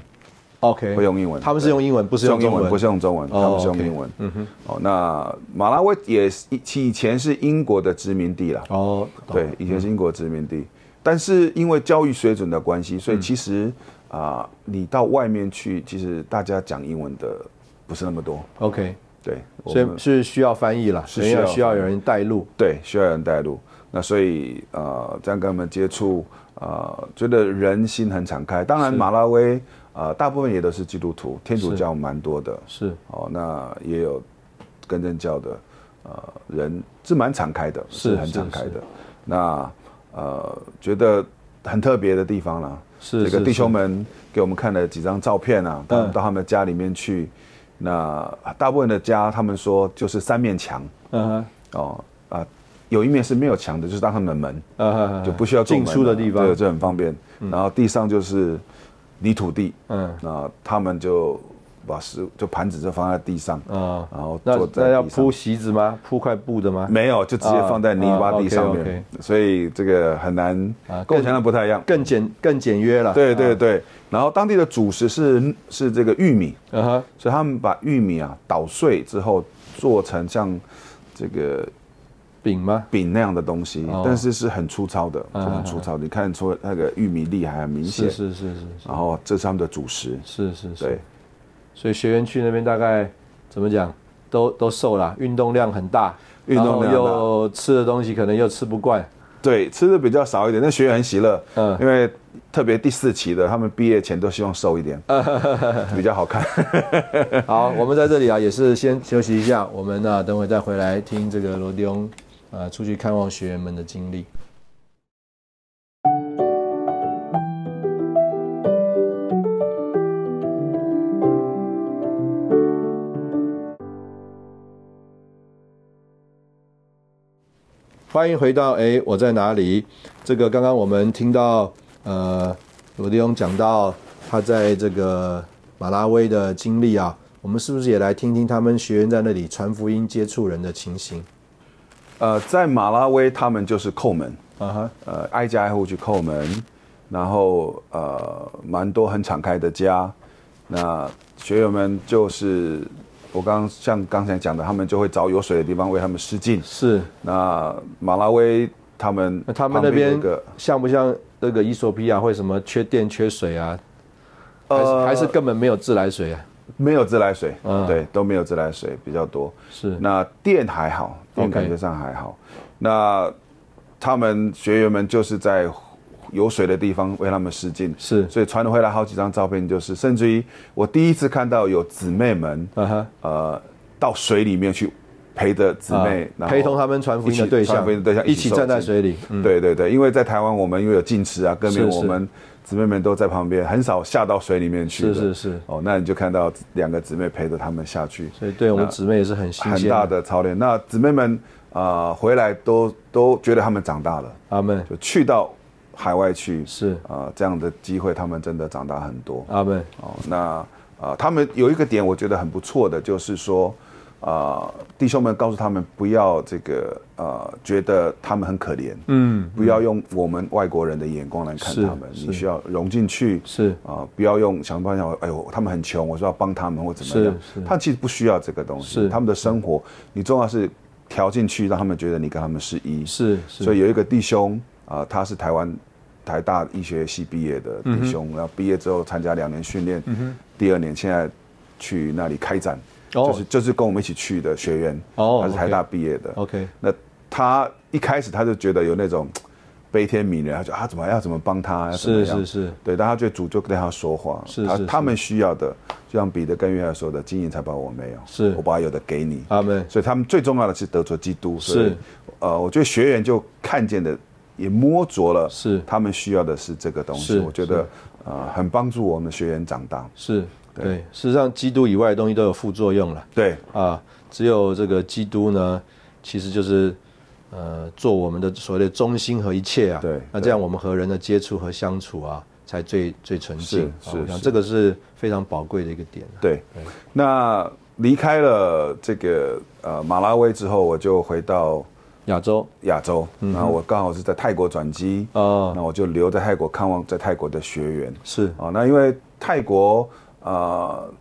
Speaker 2: OK，
Speaker 3: 会用英文
Speaker 2: 他们是用英文，不是用
Speaker 3: 用
Speaker 2: 中
Speaker 3: 英
Speaker 2: 文，
Speaker 3: 文，不是用中文，
Speaker 2: 哦
Speaker 3: 他们是用
Speaker 2: OK
Speaker 3: 英文。嗯哼，哦，那马拉维也是以其以前是英国的殖民地啦，
Speaker 2: 哦，懂
Speaker 3: 对，以前是英国殖民地，但是因为教育水准的关系，
Speaker 2: 嗯
Speaker 3: 所以其实啊，你到外面去，其实大家讲英文的不是那么多，
Speaker 2: ，OK，
Speaker 3: 对，我
Speaker 2: 所
Speaker 3: 们
Speaker 2: 以是需要翻译了，
Speaker 3: 是
Speaker 2: 所以
Speaker 3: 需要
Speaker 2: 要需要有人带路。
Speaker 3: 对，需要有人带路。那所以呃，这样跟他们接触，呃，觉得人心很敞开。当然，马拉维呃，大部分也都是基督徒，天主教蛮多的，
Speaker 2: 是
Speaker 3: 哦，那也有跟正教的呃人是蛮敞开的，
Speaker 2: 是
Speaker 3: 很
Speaker 2: 是
Speaker 3: 敞开
Speaker 2: 是
Speaker 3: 的。那呃，觉得很特别的地方啦，
Speaker 2: 是
Speaker 3: 这个
Speaker 2: 是
Speaker 3: 弟兄
Speaker 2: 是
Speaker 3: 们给我们看了几张照片啊，到
Speaker 2: 嗯
Speaker 3: 到他们家里面去，那大部分的家他们说就是三面墙
Speaker 2: 嗯哼，
Speaker 3: 哦啊，有一面是没有墙的，就是当他们的门，
Speaker 2: 嗯哼，
Speaker 3: 就不需要做
Speaker 2: 进
Speaker 3: 门
Speaker 2: 出的
Speaker 3: 了
Speaker 2: 地方
Speaker 3: 对，。这很方便。然后地上就是泥土地，
Speaker 2: 嗯
Speaker 3: 那他们就把食物就盘子就放在地上，
Speaker 2: 啊，
Speaker 3: 然后
Speaker 2: 那
Speaker 3: 坐
Speaker 2: 那
Speaker 3: 在
Speaker 2: 要
Speaker 3: 地上
Speaker 2: 铺，席子吗？铺块布的吗？
Speaker 3: 没有就直接放在泥巴地上
Speaker 2: 啊
Speaker 3: 面，所以这个很难
Speaker 2: 啊
Speaker 3: 跟
Speaker 2: 更
Speaker 3: 我想象不太一样。
Speaker 2: 更简更简约了。
Speaker 3: 对对对，然后当地的主食是是这个玉米，
Speaker 2: 嗯哼，
Speaker 3: 所以他们把玉米啊捣碎之后做成像这个
Speaker 2: 饼吗？
Speaker 3: 饼那样的东西
Speaker 2: 哦，
Speaker 3: 但是是很粗糙的，
Speaker 2: 啊
Speaker 3: 就很粗糙的。你看出那个玉米粒还很明显
Speaker 2: 是，是是是
Speaker 3: 然后这是他们的主食，
Speaker 2: 是是是
Speaker 3: 对。，
Speaker 2: 所以学员去那边大概怎么讲，都都瘦了，运动量很大，
Speaker 3: 运动量
Speaker 2: 然
Speaker 3: 大
Speaker 2: 后又吃的东西可能又吃不惯，
Speaker 3: 对，吃的比较少一点，但学员很喜乐，
Speaker 2: 嗯
Speaker 3: 因为特别第四期的，他们毕业前都希望瘦一点，
Speaker 2: 嗯
Speaker 3: 比较
Speaker 2: (laughs)
Speaker 3: 好看。
Speaker 2: 好，我们在这里啊，也是先休息一下，我们呢、等会再回来听这个罗迪翁啊、呃出去看望学员们的经历。欢迎回到诶，我在哪里？这个刚刚我们听到呃，罗迪翁讲到他在这个马拉维的经历啊，我们是不是也来听听他们学员在那里传福音、接触人的情形？
Speaker 3: 呃，在马拉维他们就是叩门，
Speaker 2: 啊哈，
Speaker 3: 呃，挨家挨户去叩门，然后呃，蛮多很敞开的家。那学员们就是我刚像刚才讲的，他们就会找有水的地方为他们施浸。
Speaker 2: 是。
Speaker 3: 那马拉维他们
Speaker 2: 那他们
Speaker 3: 旁
Speaker 2: 那
Speaker 3: 边有
Speaker 2: 边
Speaker 3: 一个
Speaker 2: 像不像那个伊索比亚会什么缺电、缺水啊？还是、
Speaker 3: 呃
Speaker 2: 还是根本没有自来水啊？
Speaker 3: 没有自来水，
Speaker 2: 嗯
Speaker 3: 对，都没有自来水比较多。
Speaker 2: 是
Speaker 3: 那电还好，电
Speaker 2: OK
Speaker 3: 感觉上还好。那他们学员们就是在有水的地方为他们施浸，
Speaker 2: 是
Speaker 3: 所以传回来好几张照片，就是甚至于我第一次看到有姊妹们，
Speaker 2: 啊哈，
Speaker 3: 呃，到水里面去陪着姊妹，
Speaker 2: 啊
Speaker 3: 然后
Speaker 2: 陪同他们传福音的对
Speaker 3: 一起传
Speaker 2: 象，
Speaker 3: 福音的对象
Speaker 2: 一起
Speaker 3: 受
Speaker 2: 站在
Speaker 3: 浸
Speaker 2: 水里，嗯，
Speaker 3: 对对对，因为在台湾我们因为有禁吃啊，更没有
Speaker 2: 是
Speaker 3: 我
Speaker 2: 是
Speaker 3: 们姊妹们都在旁边，很少下到水里面去的。
Speaker 2: 是是是
Speaker 3: 哦，那你就看到两个姊妹陪着她们下去，
Speaker 2: 所以对我们
Speaker 3: 那
Speaker 2: 姊妹也是很新
Speaker 3: 很
Speaker 2: 鲜
Speaker 3: 大的操练。那姊妹们啊、呃回来都都觉得她们长大了，
Speaker 2: 阿门，
Speaker 3: 就去到海外去
Speaker 2: 是
Speaker 3: 啊、这样的机会，她们真的长大很多。
Speaker 2: 阿门，
Speaker 3: 哦，那啊，他们有一个点我觉得很不错的，就是说，啊，弟兄们告诉他们不要这个呃，觉得他们很可怜，嗯，不要用我们外国人的眼光来看
Speaker 2: 是
Speaker 3: 他们，你
Speaker 2: 是
Speaker 3: 需要融进去，
Speaker 2: 是
Speaker 3: 啊，不要用想办法，哎呦，他们很穷，我说要帮他们或怎么
Speaker 2: 是
Speaker 3: 样
Speaker 2: 是，
Speaker 3: 他其实不需要这个东西，
Speaker 2: 是
Speaker 3: 他们的生活，你重要是调进去，让他们觉得你跟他们是一，
Speaker 2: 是是，
Speaker 3: 所以有一个弟兄啊、他是台湾台大医学系毕业的
Speaker 2: 嗯
Speaker 3: 弟兄，然后毕业之后参加两年训练，第二年现在去那里开展，
Speaker 2: 哦
Speaker 3: 就是就是跟我们一起去的学员，
Speaker 2: 哦
Speaker 3: 他是台大毕业的。
Speaker 2: OK
Speaker 3: 那他一开始他就觉得有那种悲天悯人，他就啊怎么要怎么帮他，要怎么
Speaker 2: 是
Speaker 3: 样
Speaker 2: 是是，
Speaker 3: 对，但他觉得主就跟他说话，
Speaker 2: 是
Speaker 3: 他
Speaker 2: 是
Speaker 3: 他
Speaker 2: 是
Speaker 3: 们需要的，就像彼得跟约翰说的，金银财宝我没有，
Speaker 2: 是
Speaker 3: 我把有的给你，
Speaker 2: 阿门。
Speaker 3: 所以他们最重要的是得着基督，所以
Speaker 2: 是，
Speaker 3: 呃，我觉得学员就看见的，也摸着了，
Speaker 2: 是
Speaker 3: 他们需要的是这个东西，
Speaker 2: 是
Speaker 3: 我觉得呃很帮助我们的学员长大，
Speaker 2: 是对，事实上基督以外的东西都有副作用了
Speaker 3: 对，
Speaker 2: 啊，只有这个基督呢，其实就是呃做我们的所谓的中心和一切啊，
Speaker 3: 对
Speaker 2: 那这样我们和人的接触和相处啊，才最最纯净啊。
Speaker 3: 是是
Speaker 2: 我想
Speaker 3: 是
Speaker 2: 这个是非常宝贵的一个点、啊。
Speaker 3: 对，那离开了这个呃马拉维之后，我就回到
Speaker 2: 亚洲
Speaker 3: 亚洲，然后我刚好是在泰国转机，
Speaker 2: 嗯哦
Speaker 3: 那我就留在泰国看望在泰国的学员。
Speaker 2: 是
Speaker 3: 哦，那因为泰国呃，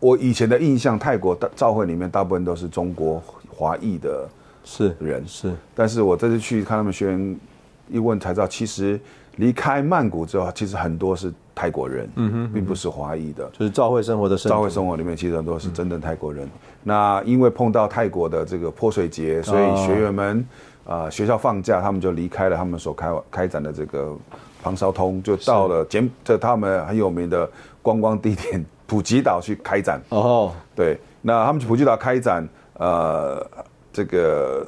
Speaker 3: 我以前的印象，泰国的教会里面大部分都是中国华裔的
Speaker 2: 是
Speaker 3: 人，
Speaker 2: 是
Speaker 3: 但是我这次去看他们学员，一问才知道，其实离开曼谷之后，其实很多是泰国人，并不是华裔的。
Speaker 2: 就是教会生活的圣
Speaker 3: 教会
Speaker 2: 徒，
Speaker 3: 生活里面其实很多是真正泰国人。那因为碰到泰国的这个泼水节，所以学员们啊、呃学校放假，他们就离开了他们所开开展的这个庞烧通，就到了柬这他们很有名的观光地点普吉岛去开展。
Speaker 2: 哦，
Speaker 3: 对，那他们去普吉岛开展，呃，这个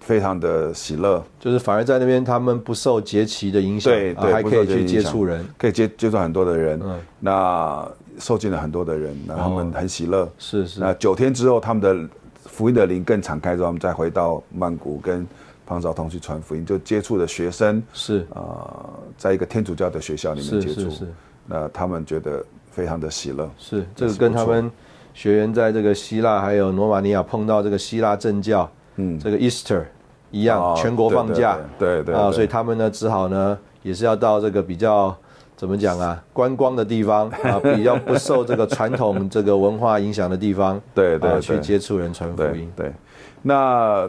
Speaker 3: 非常的喜乐，
Speaker 2: 就是反而在那边他们不受节期的影响，
Speaker 3: 对
Speaker 2: 啊
Speaker 3: 对
Speaker 2: 还
Speaker 3: 不
Speaker 2: 可
Speaker 3: 受
Speaker 2: 以
Speaker 3: 节
Speaker 2: 去
Speaker 3: 期
Speaker 2: 接
Speaker 3: 影响
Speaker 2: 触人，
Speaker 3: 可以接接触很多的人，
Speaker 2: 嗯
Speaker 3: 那受尽了很多的人，那他们很喜乐。
Speaker 2: 是是
Speaker 3: 那九天之后，他们的福音的灵更敞开之后，他们再回到曼谷跟庞昭通去传福音，就接触的学生，
Speaker 2: 是
Speaker 3: 呃，在一个天主教的学校里面
Speaker 2: 是
Speaker 3: 接
Speaker 2: 是
Speaker 3: 触，
Speaker 2: 是
Speaker 3: 那他们觉得非常的喜乐，
Speaker 2: 是，这个
Speaker 3: 是
Speaker 2: 跟
Speaker 3: 不
Speaker 2: 他
Speaker 3: 错
Speaker 2: 们学员在这个希腊还有罗马尼亚碰到这个希腊正教，嗯，这个 Easter 一样，
Speaker 3: 哦
Speaker 2: 全国
Speaker 3: 对
Speaker 2: 放假，
Speaker 3: 对对对对
Speaker 2: 啊，
Speaker 3: 对
Speaker 2: 所以他们呢只好呢也是要到这个比较怎么讲啊，观光的地方啊，比较不受这个
Speaker 3: (laughs)
Speaker 2: 传统这个文化影响的地方，
Speaker 3: 对对
Speaker 2: 啊
Speaker 3: 对
Speaker 2: 去接触人传福
Speaker 3: 对
Speaker 2: 音，
Speaker 3: 对。那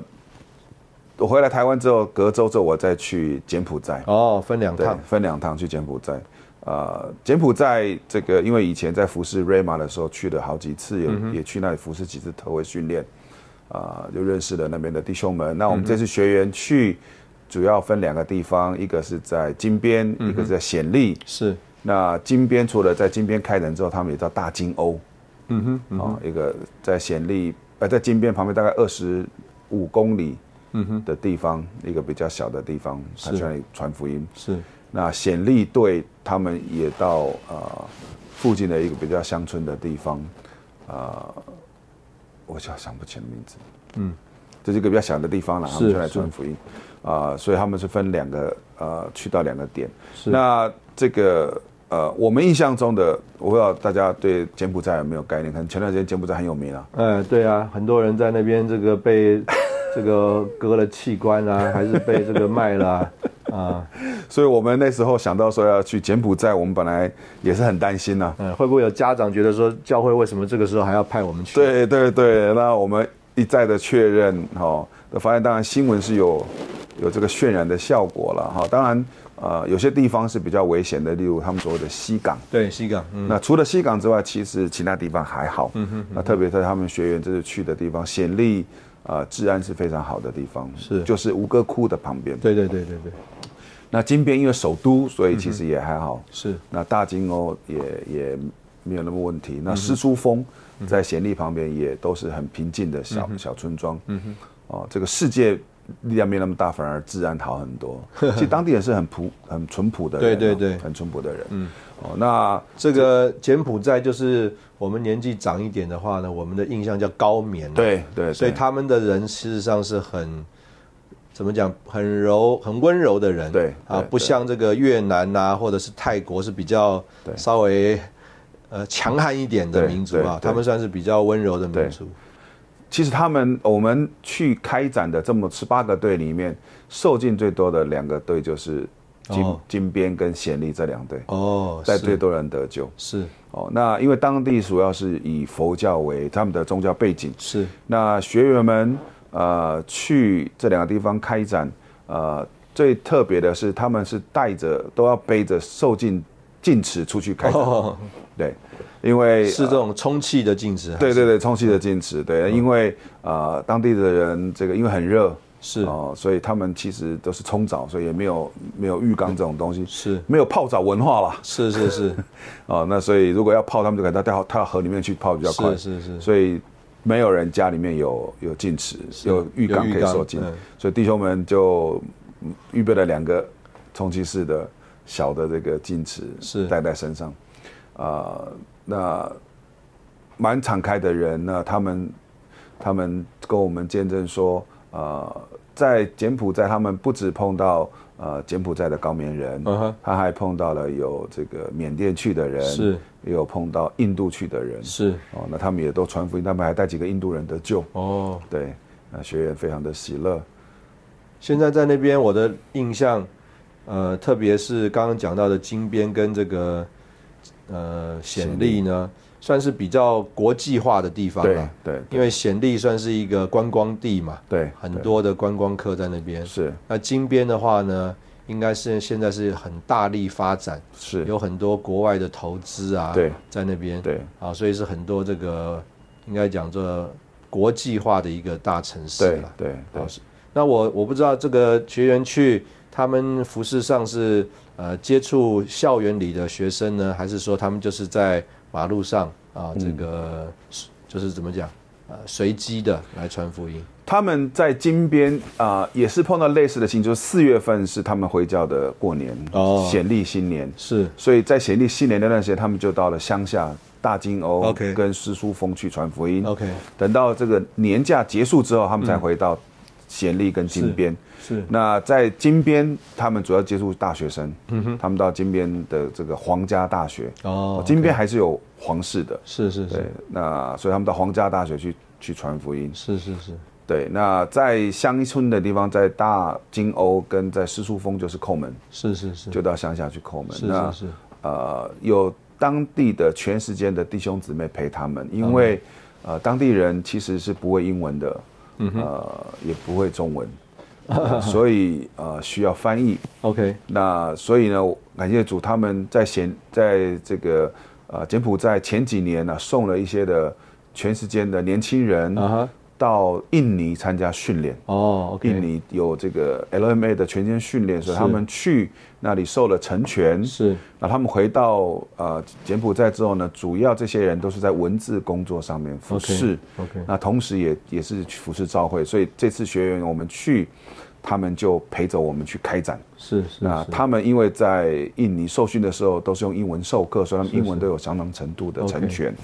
Speaker 3: 我回来台湾之后，隔周之后我再去柬埔寨，
Speaker 2: 哦，分两
Speaker 3: 对
Speaker 2: 趟，，
Speaker 3: 分两趟去柬埔寨。呃，柬埔寨这个，因为以前在服侍瑞玛的时候去了好几次，也、也去那里服侍几次特会训练，啊、就认识了那边的弟兄们。那我们这次学员去，主要分两个地方，一个是在金边，一个是在暹粒。
Speaker 2: 是
Speaker 3: 那金边除了在金边开展之后，他们也到大金欧，嗯哼，啊、一个在暹粒，呃，在金边旁边大概二十五公里，嗯哼的地方，一个比较小的地方，他去那里传福音。
Speaker 2: 是
Speaker 3: 那显利队他们也到呃附近的一个比较乡村的地方，呃，我想想不起来名字，嗯，这是一个比较小的地方了，他们
Speaker 2: 是
Speaker 3: 就来传
Speaker 2: 是
Speaker 3: 福音，啊、所以他们是分两个呃去到两个点。
Speaker 2: 是
Speaker 3: 那这个呃，我们印象中的，我不知道大家对柬埔寨有没有概念？可能前段时间柬埔寨很有名啊，
Speaker 2: 嗯，对啊，很多人在那边这个
Speaker 3: (laughs)
Speaker 2: 被这个割了器官啊，还是被这个卖了
Speaker 3: (laughs)
Speaker 2: 啊。啊
Speaker 3: 所以我们那时候想到说要去柬埔寨，我们本来也是很担心呐、啊
Speaker 2: 嗯，会不会有家长觉得说，教会为什么这个时候还要派我们去？，
Speaker 3: 对对对，那我们一再的确认哈，哦那、发现当然新闻是有有这个渲染的效果了哈、当然呃有些地方是比较危险的，例如他们所谓的西港。
Speaker 2: 对，西港，嗯，
Speaker 3: 那除了西港之外，其实其他地方还好。嗯哼那特别在他们学员这次去的地方，显利呃治安是非常好的地方，
Speaker 2: 是
Speaker 3: 就是吴哥窟的旁边。
Speaker 2: 对对对对对，
Speaker 3: 那金边因为首都，所以其实也还好。
Speaker 2: 是
Speaker 3: 那大金欧也也没有那么问题。那
Speaker 2: 嗯
Speaker 3: 狮珠峰在暹粒旁边也都是很平静的小、小村庄。嗯哼，哦，这个世界力量没那么大，反而治安好
Speaker 2: (laughs)
Speaker 3: 很多。其实当地人是很朴、很淳朴的人、
Speaker 2: 对对
Speaker 3: 哦
Speaker 2: 对
Speaker 3: 很淳朴的人。嗯，哦，那
Speaker 2: 这个柬埔寨就是我们年纪长一点的话呢，我们的印象叫高棉，，啊
Speaker 3: 对对对，
Speaker 2: 所以他们的人事实上是很。怎么讲？很柔、很温柔的人，
Speaker 3: 对
Speaker 2: 啊，
Speaker 3: 对
Speaker 2: 不像这个越南呐、或者是泰国是比较稍微呃强悍一点的
Speaker 3: 对
Speaker 2: 民族
Speaker 3: 对
Speaker 2: 啊，
Speaker 3: 对
Speaker 2: 他们算是比较温柔的民
Speaker 3: 对
Speaker 2: 族，
Speaker 3: 其实他们我们去开展的这么十八个队里面，受尽最多的两个队就是金、
Speaker 2: 哦
Speaker 3: 金边跟暹粒这两队，
Speaker 2: 哦，
Speaker 3: 在最
Speaker 2: 是
Speaker 3: 多人得救。
Speaker 2: 是
Speaker 3: 哦，那因为当地主要是以佛教为他们的宗教背景，
Speaker 2: 是
Speaker 3: 那学员们呃去这两个地方开展，呃，最特别的是他们是带着都要背着受尽禁持出去开展，
Speaker 2: 哦，
Speaker 3: 对，因为呃
Speaker 2: 是这哦种充气的镜子，
Speaker 3: 对对对，充气的禁止，对，因为呃，当地的人这个因为很热，
Speaker 2: 是
Speaker 3: 哦，所以他们其实都是冲澡，所以也没有没有浴缸这种东西，
Speaker 2: 是
Speaker 3: 没有泡澡文化啦。
Speaker 2: 是是
Speaker 3: (laughs)
Speaker 2: 是
Speaker 3: 哦，那所以如果要泡，他们就给他带到他河里面去泡比较快。
Speaker 2: 是是是
Speaker 3: 所以没有人家里面有有净池，有浴缸
Speaker 2: 有浴
Speaker 3: 可以
Speaker 2: 缸
Speaker 3: 收进
Speaker 2: 嗯，
Speaker 3: 所以弟兄们就嗯预备了两个充气式的小的这个净池，
Speaker 2: 是
Speaker 3: 带在身上。啊、那蛮敞开的人呢，他们他们跟我们见证说，呃，在柬埔寨他们不止碰到呃柬埔寨的高棉人
Speaker 2: 嗯哼
Speaker 3: 他还碰到了有这个缅甸去的人，
Speaker 2: 是，
Speaker 3: 也有碰到印度去的人，
Speaker 2: 是
Speaker 3: 哦，那他们也都传福音，他们还带几个印度人得救，
Speaker 2: 哦。
Speaker 3: 对，那学员非常的喜乐，
Speaker 2: 现在在那边，我的印象，呃，特别是刚刚讲到的金边跟这个呃显利呢，算是比较国际化的地方
Speaker 3: 对
Speaker 2: 了。
Speaker 3: 对
Speaker 2: 因为显利算是一个观光地嘛，
Speaker 3: 对，
Speaker 2: 很多的观光客在那边。
Speaker 3: 是
Speaker 2: 那金边的话呢，应该是现在是很大力发展，
Speaker 3: 是，
Speaker 2: 有很多国外的投资啊，
Speaker 3: 对
Speaker 2: 在那边，
Speaker 3: 对
Speaker 2: 啊，所以是很多这个应该讲这国际化的一个大城市
Speaker 3: 对
Speaker 2: 了。
Speaker 3: 对对
Speaker 2: 老，师，那我我不知道这个学员去他们服饰上是呃接触校园里的学生呢，还是说他们就是在马路上啊、
Speaker 3: 嗯
Speaker 2: 这个就是怎么讲呃随机的来传福音？
Speaker 3: 他们在金边啊、呃也是碰到类似的情况，就是四月份是他们回教的过年，
Speaker 2: 哦
Speaker 3: 显历新年，
Speaker 2: 是
Speaker 3: 所以在显历新年那段时间，他们就到了乡下大金欧
Speaker 2: OK
Speaker 3: 跟师叔峰去传福音。
Speaker 2: OK 嗯
Speaker 3: 等到这个年假结束之后，他们才回到显历跟金边。
Speaker 2: 是
Speaker 3: 那在金边，他们主要接触大学生，他们到金边的这个皇家大学，
Speaker 2: 嗯哦
Speaker 3: 金边还是有皇室的，
Speaker 2: 是是
Speaker 3: 对
Speaker 2: 是，
Speaker 3: 那所以他们到皇家大学去去传福音。
Speaker 2: 是是是
Speaker 3: 对，那在乡村的地方，在大金欧跟在师叔峰就是叩门，
Speaker 2: 是是是
Speaker 3: 就到乡下去叩门。
Speaker 2: 嗯是
Speaker 3: 那
Speaker 2: 是是
Speaker 3: 呃，有当地的全世界的弟兄姊妹陪他们，因为、呃，当地人其实是不会英文的，
Speaker 2: 嗯
Speaker 3: 呃，也不会
Speaker 2: (laughs)
Speaker 3: 中文，呃所以呃需要翻译。
Speaker 2: OK
Speaker 3: 那所以呢，我感谢主，他们在柬在这个呃柬埔寨前几年呢、送了一些的全世界的年轻人
Speaker 2: 啊哈
Speaker 3: 到印尼参加训练。
Speaker 2: 哦 OK
Speaker 3: 印尼有这个 LMA 的全天训练，所以
Speaker 2: 是
Speaker 3: 他们去那里受了成全。
Speaker 2: 是
Speaker 3: 那他们回到呃柬埔寨之后呢，主要这些人都是在文字工作上面服
Speaker 2: OK，
Speaker 3: 侍
Speaker 2: OK
Speaker 3: 那同时也也是去服侍教会，所以这次学员我们去，他们就陪着我们去开展。
Speaker 2: 是是
Speaker 3: 那
Speaker 2: 是
Speaker 3: 他们因为在印尼受训的时候都是用英文授课，所以他们英文都有相当程度的
Speaker 2: OK
Speaker 3: 成全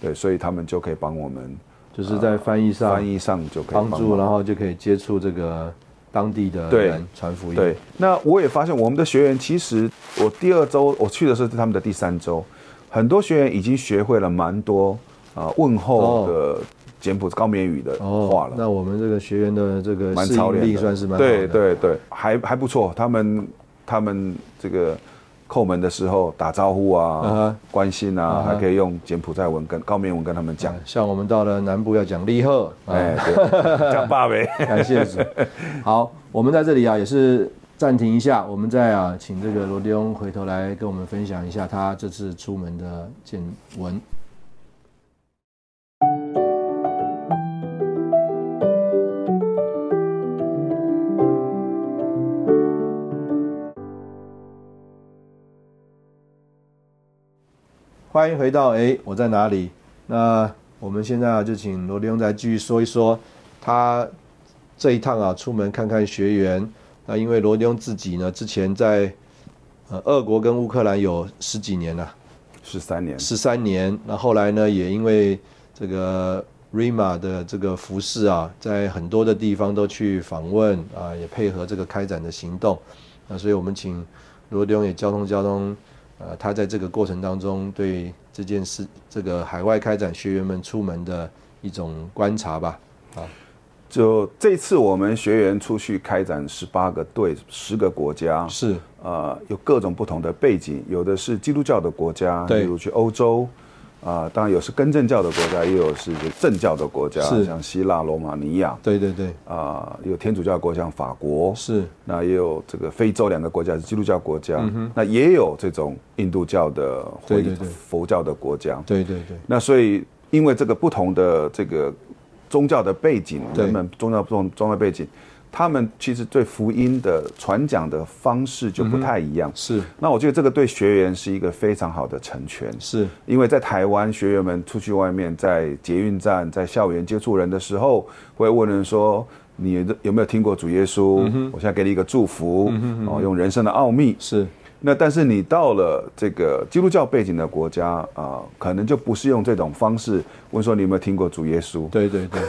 Speaker 3: 对，所以他们就可以帮我们
Speaker 2: 就是在翻译上
Speaker 3: 呃翻译上就可以
Speaker 2: 帮助，
Speaker 3: 忙
Speaker 2: 然后就可以接触这个当地的
Speaker 3: 对
Speaker 2: 人传福音。
Speaker 3: 对，那我也发现我们的学员，其实我第二周我去的时候是他们的第三周，很多学员已经学会了蛮多啊、呃问候的柬埔寨高棉语的话
Speaker 2: 哦，
Speaker 3: 了，
Speaker 2: 那我们这个学员的这个
Speaker 3: 蛮
Speaker 2: 适
Speaker 3: 操
Speaker 2: 应
Speaker 3: 练
Speaker 2: 力
Speaker 3: 的，
Speaker 2: 算是蛮好
Speaker 3: 对
Speaker 2: 的。
Speaker 3: 对对，还还不错。他们他们这个叩门的时候打招呼啊
Speaker 2: 嗯哼
Speaker 3: 关心啊
Speaker 2: 嗯哼
Speaker 3: 还可以用柬埔寨文跟高棉文跟他们讲
Speaker 2: 啊，像我们到了南部要讲立贺，哎，
Speaker 3: 哎，
Speaker 2: (laughs)
Speaker 3: 对讲爸呗。
Speaker 2: 感谢主。好，我们在这里啊也是暂停一下，我们再啊请这个罗迪翁回头来跟我们分享一下他这次出门的见闻。欢迎回到哎，我在哪里？那我们现在啊，就请罗立庸再继续说一说他这一趟啊，出门看看学员。那因为罗立庸自己呢，之前在呃俄国跟乌克兰有十几年了、啊
Speaker 3: 十三年，
Speaker 2: 十三年。那后来呢，也因为这个 Rima 的这个服饰啊，在很多的地方都去访问啊，也配合这个开展的行动。那所以我们请罗迪翁也交通交通，呃，他在这个过程当中对这件事，这个海外开展学员们出门的一种观察吧。
Speaker 3: (laughs) 就这次我们学员出去开展十八个队，十个国家，
Speaker 2: 是
Speaker 3: 呃，有各种不同的背景，有的是基督教的国家，
Speaker 2: 对
Speaker 3: 例如去欧洲，啊、当然有是根正教的国家，也有是正教的国家，
Speaker 2: 是
Speaker 3: 像希腊、罗马尼亚，
Speaker 2: 对对对，
Speaker 3: 啊、有天主教的国家，像法国，
Speaker 2: 是
Speaker 3: 那也有这个非洲两个国家是基督教国家，那也有这种印度教的
Speaker 2: 嗯对
Speaker 3: 回
Speaker 2: 对对
Speaker 3: 佛教的国家，
Speaker 2: 对对对，
Speaker 3: 那所以因为这个不同的这个宗教的背景，
Speaker 2: 对
Speaker 3: 人们宗教不同宗教背景，他们其实对福音的传讲的方式就不太一样。
Speaker 2: 是
Speaker 3: 那我觉得这个对学员是一个非常好的成全，
Speaker 2: 是
Speaker 3: 因为在台湾，学员们出去外面，在捷运站、在校园接触人的时候，会问人说：“你有没有听过主耶稣？我现在给你一个祝福，哦，用人生的奥秘。
Speaker 2: 是”
Speaker 3: 那但是你到了这个基督教背景的国家啊、呃可能就不是用这种方式问说你有没有听过主耶稣。
Speaker 2: 对对对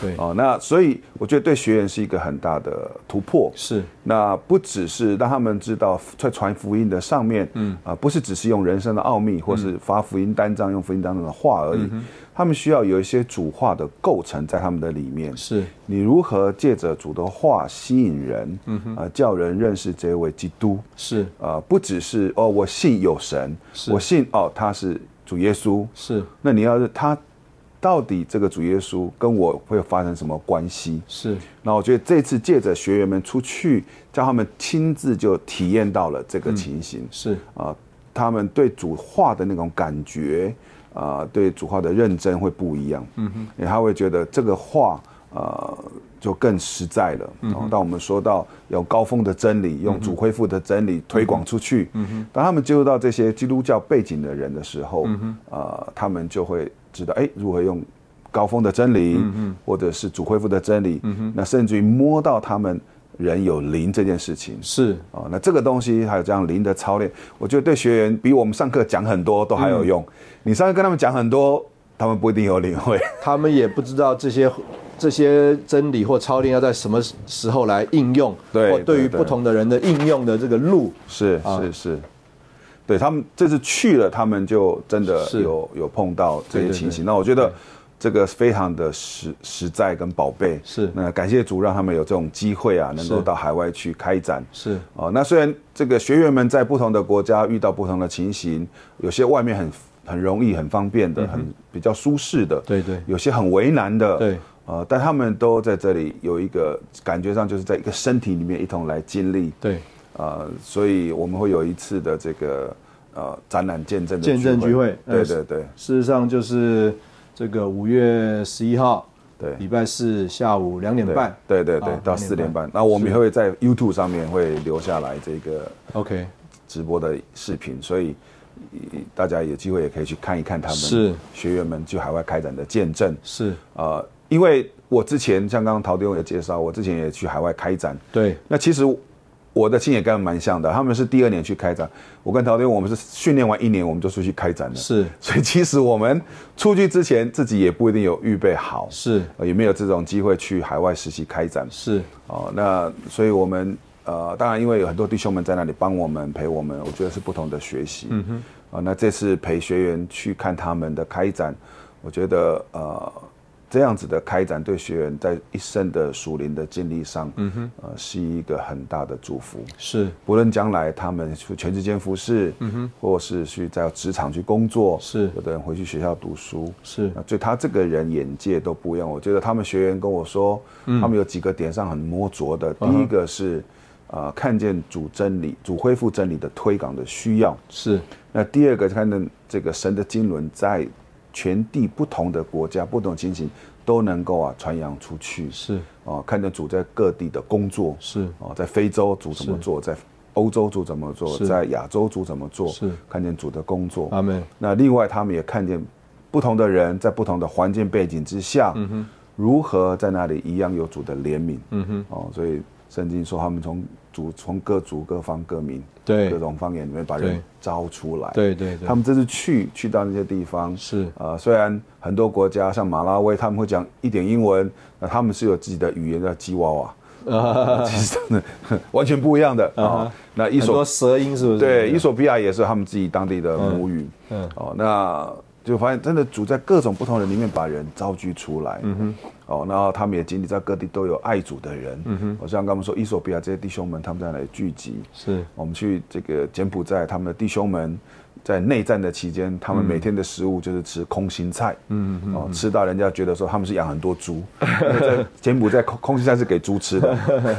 Speaker 2: 对
Speaker 3: 哦，那所以我觉得对学员是一个很大的突破。
Speaker 2: 是
Speaker 3: 那不只是让他们知道在传福音的上面，嗯啊、不是只是用人生的奥秘，或是发福音单张用福音单张的话而已，他们需要有一些主话的构成在他们的里面。
Speaker 2: 是
Speaker 3: 你如何借着主的话吸引人，嗯啊、叫人认识这位基督，
Speaker 2: 是
Speaker 3: 啊、不只是哦，我信有神，我信哦他是主耶稣，
Speaker 2: 是
Speaker 3: 那你要是他到底这个主耶稣跟我会发生什么关系？
Speaker 2: 是
Speaker 3: 那我觉得这次借着学员们出去，叫他们亲自就体验到了这个情形
Speaker 2: 是
Speaker 3: 啊、他们对主话的那种感觉啊、对主话的认真会不一样。嗯哼，因为他会觉得这个话呃就更实在了。然后当我们说到有高峰的真理，用主恢复的真理推广出去，嗯哼，当他们接触到这些基督教背景的人的时候，嗯哼，呃，他们就会知道哎如何用高峰的真理，或者是主恢复的真理，那甚至于摸到他们人有灵这件事情，
Speaker 2: 是
Speaker 3: 哦，那这个东西还有这样零的操练，我觉得对学员比我们上课讲很多都还有
Speaker 2: 嗯
Speaker 3: 用。你上课跟他们讲很多，他们不一定有
Speaker 2: (laughs)
Speaker 3: 领会。
Speaker 2: 他们也不知道这些这些真理或操练要在什么时候来应用，
Speaker 3: 对
Speaker 2: 或对于
Speaker 3: 对对
Speaker 2: 不同的人的应用的这个路
Speaker 3: 是是是，啊对他们这次去了，他们就真的
Speaker 2: 是
Speaker 3: 有有碰到这
Speaker 2: 对
Speaker 3: 些
Speaker 2: 对
Speaker 3: 情
Speaker 2: 对
Speaker 3: 形。那我觉得这个非常的实实在跟宝贝。
Speaker 2: 是
Speaker 3: 那感谢主让他们有这种机会啊，能够
Speaker 2: 是
Speaker 3: 到海外去开展。
Speaker 2: 是
Speaker 3: 哦，那虽然这个学员们在不同的国家遇到不同的情形，有些外面很很容易、很方便
Speaker 2: 嗯
Speaker 3: 的、很比较舒适的，
Speaker 2: 对对
Speaker 3: 有些很为难的，
Speaker 2: 对，
Speaker 3: 呃，但他们都在这里有一个感觉上，就是在一个身体里面一同来经历，
Speaker 2: 对
Speaker 3: 呃，所以我们会有一次的这个呃展览见证的
Speaker 2: 见证聚会
Speaker 3: 对
Speaker 2: 呃
Speaker 3: 对对
Speaker 2: 事实上就是这个五月十一号，
Speaker 3: 对
Speaker 2: 礼拜四下午两点
Speaker 3: 对
Speaker 2: 半
Speaker 3: 对对对
Speaker 2: 啊，
Speaker 3: 到
Speaker 2: 两点
Speaker 3: 四点半
Speaker 2: 半，
Speaker 3: 那我们也会在 YouTube 上面会留下来这个
Speaker 2: ，OK，
Speaker 3: 直播的视频，所以呃大家有机会也可以去看一看他们
Speaker 2: 是
Speaker 3: 学员们去海外开展的见证。
Speaker 2: 是
Speaker 3: 呃，因为我之前像刚刚陶丁也介绍，我之前也去海外开展，
Speaker 2: 对
Speaker 3: 那其实我的经验跟他们蛮像的，他们是第二年去开展，我跟陶丁我们是训练完一年我们就出去开展了，
Speaker 2: 是
Speaker 3: 所以其实我们出去之前自己也不一定有预备好，
Speaker 2: 是
Speaker 3: 呃也没有这种机会去海外实习开展，
Speaker 2: 是
Speaker 3: 哦，那所以我们呃，当然因为有很多弟兄们在那里帮我们陪我们，我觉得是不同的学习。嗯哼。啊、那这次陪学员去看他们的开展，我觉得呃，这样子的开展对学员在一生的属灵的经历上，嗯哼，呃，是一个很大的祝福。
Speaker 2: 是
Speaker 3: 不论将来他们去全职间服侍，嗯哼，或是去在职场去工作，
Speaker 2: 是
Speaker 3: 有的人回去学校读书，
Speaker 2: 是
Speaker 3: 那对他这个人眼界都不一样。我觉得他们学员跟我说，
Speaker 2: 嗯
Speaker 3: 他们有几个点上很摸着的。第一个是，呃，看见主真理、主恢复真理的推广的需要；
Speaker 2: 是
Speaker 3: 那第二个，看见这个神的经纶在全地不同的国家、不同的情形都能够啊传扬出去。
Speaker 2: 是
Speaker 3: 哦，看见主在各地的工作
Speaker 2: 是
Speaker 3: 哦，在非洲主怎么做，在欧洲主怎么做，
Speaker 2: 是
Speaker 3: 在亚洲主怎么做，
Speaker 2: 是
Speaker 3: 看见主的工作。
Speaker 2: 阿门
Speaker 3: 那另外，他们也看见不同的人在不同的环境背景之下，如何在那里一样有主的怜悯。嗯哼，哦，所以圣经说他们从主从各族各方各民
Speaker 2: 对
Speaker 3: 各种方言里面把
Speaker 2: 对
Speaker 3: 人招出来。
Speaker 2: 对对对
Speaker 3: 他们这次去去到那些地方
Speaker 2: 是
Speaker 3: 呃，虽然很多国家像马拉维他们会讲一点英文，那他们是有自己的语言叫吉
Speaker 2: (laughs)
Speaker 3: 娃娃。 (laughs) 其实真的完全不一样的啊、哦那一
Speaker 2: 嗯很多
Speaker 3: 所
Speaker 2: 舌音是不是？
Speaker 3: 对，伊索比亚也是他们自己当地的母语。
Speaker 2: 嗯嗯
Speaker 3: 哦，那就发现真的主在各种不同人里面把人招聚出来。嗯哼。哦，然后他们也经历在各地都有爱主的人。嗯哼。我像刚刚说，伊索比亚这些弟兄们，他们在那里聚集。
Speaker 2: 是
Speaker 3: 我们去这个柬埔寨，他们的弟兄们在内战的期间，他们每天的食物就是吃空心菜，嗯嗯，哦，吃到人家觉得说他们是养很多 (laughs) 猪，因为在柬埔寨空空心菜是给猪吃的， (laughs)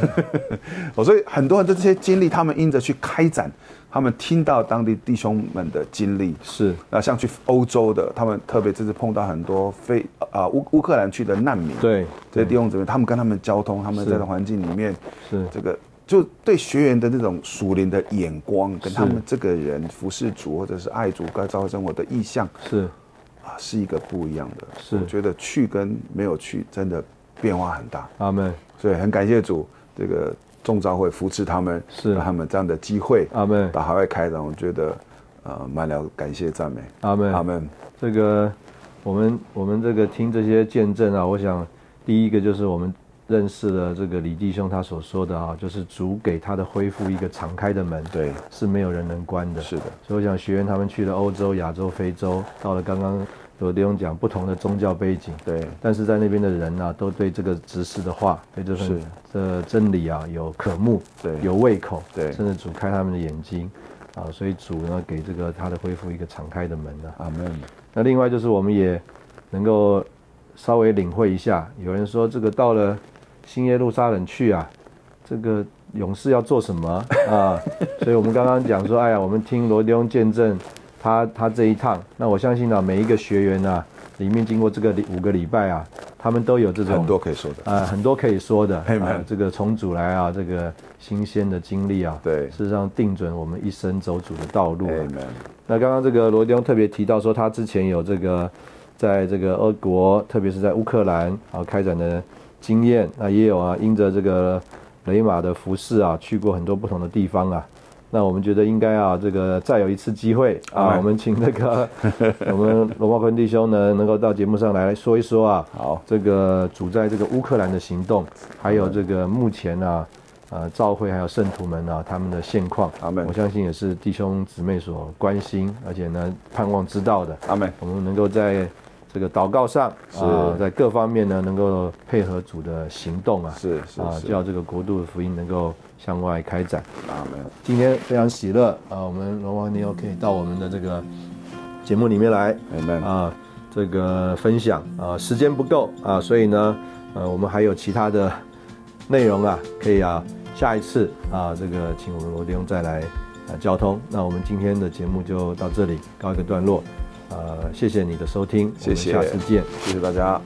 Speaker 3: 哦，所以很多人的这些经历，他们因着去开展，他们听到当地弟兄们的经历，
Speaker 2: 是
Speaker 3: 那像去欧洲的，他们特别这次碰到很多非啊乌乌克兰去的难民，
Speaker 2: 对
Speaker 3: 这些弟兄姊妹，他们跟他们交通，他们
Speaker 2: 是
Speaker 3: 在这环境里面，
Speaker 2: 是
Speaker 3: 这个就对学员的那种属灵的眼光，跟
Speaker 2: 是
Speaker 3: 他们这个人服侍主或者是爱主、该造生活的意向
Speaker 2: 是
Speaker 3: 啊，是一个不一样的。
Speaker 2: 是
Speaker 3: 我觉得去跟没有去真的变化很大，
Speaker 2: 阿门
Speaker 3: 所以很感谢主，这个众召会扶持他们，
Speaker 2: 是
Speaker 3: 让他们这样的机会
Speaker 2: 阿门
Speaker 3: 到海外开展，我觉得呃满了感谢赞美。
Speaker 2: 阿门
Speaker 3: 阿门。
Speaker 2: 这个我们我们这个听这些见证啊，我想第一个就是我们认识了这个李弟兄他所说的啊，就是主给他的恢复一个敞开的门，
Speaker 3: 对，
Speaker 2: 是没有人能关的。
Speaker 3: 是的，
Speaker 2: 所以我想学员他们去了欧洲、亚洲、非洲，到了刚刚有弟兄讲不同的宗教背景，
Speaker 3: 对，
Speaker 2: 但是在那边的人呢、都对这个执事的话，对这份
Speaker 3: 是
Speaker 2: 这真理啊有渴慕，
Speaker 3: 对
Speaker 2: 有胃口，
Speaker 3: 对
Speaker 2: 甚至主开他们的眼睛，啊，所以主呢给这个他的恢复一个敞开的门啊呢、
Speaker 3: 阿门。
Speaker 2: 那另外就是我们也能够稍微领会一下，有人说这个到了新耶路撒冷去啊，这个勇士要做什么 (laughs) 啊？所以我们刚刚讲说，哎呀，我们听罗迪翁见证他他这一趟，那我相信呢、每一个学员呢、啊里面经过这个礼五个礼拜啊，他们都有这种
Speaker 3: 很多可以说的。
Speaker 2: 啊、很多可以说
Speaker 3: (laughs)
Speaker 2: 的，
Speaker 3: Amen
Speaker 2: 啊这个重组来啊，这个新鲜的经历啊，
Speaker 3: 对哎
Speaker 2: 事实上定准我们一生走主的道路、啊。
Speaker 3: Amen。
Speaker 2: 那刚刚这个罗迪翁特别提到说，他之前有这个在这个俄国，特别是在乌克兰啊开展的经验，那也有啊，因着这个雷马的服饰啊，去过很多不同的地方啊。那我们觉得应该啊，这个再有一次机会啊，
Speaker 3: Alright
Speaker 2: 我们请那个我们罗茂坤弟兄呢，能够到节目上来说一说啊，
Speaker 3: 好
Speaker 2: 这个主在这个乌克兰的行动，还有这个目前啊，呃，教会还有圣徒们啊，他们的现况，
Speaker 3: 阿们
Speaker 2: 我相信也是弟兄姊妹所关心，而且呢，盼望知道的。
Speaker 3: 阿门。
Speaker 2: 我们能够在这个祷告上
Speaker 3: 是
Speaker 2: 啊，在各方面呢，能够配合主的行动啊，
Speaker 3: 是是
Speaker 2: 啊，
Speaker 3: 是
Speaker 2: 叫这个国度的福音能够向外开展。
Speaker 3: 阿门。
Speaker 2: 今天非常喜乐啊，我们罗王尼欧可以到我们的这个节目里面来
Speaker 3: Amen
Speaker 2: 啊，这个分享啊，时间不够啊，所以呢，呃，我们还有其他的内容啊，可以啊，下一次啊，这个请我们罗弟兄再来啊交通。那我们今天的节目就到这里告一个段落，呃，谢谢你的收听，
Speaker 3: 谢谢
Speaker 2: 我们下次见。
Speaker 3: 谢谢大家。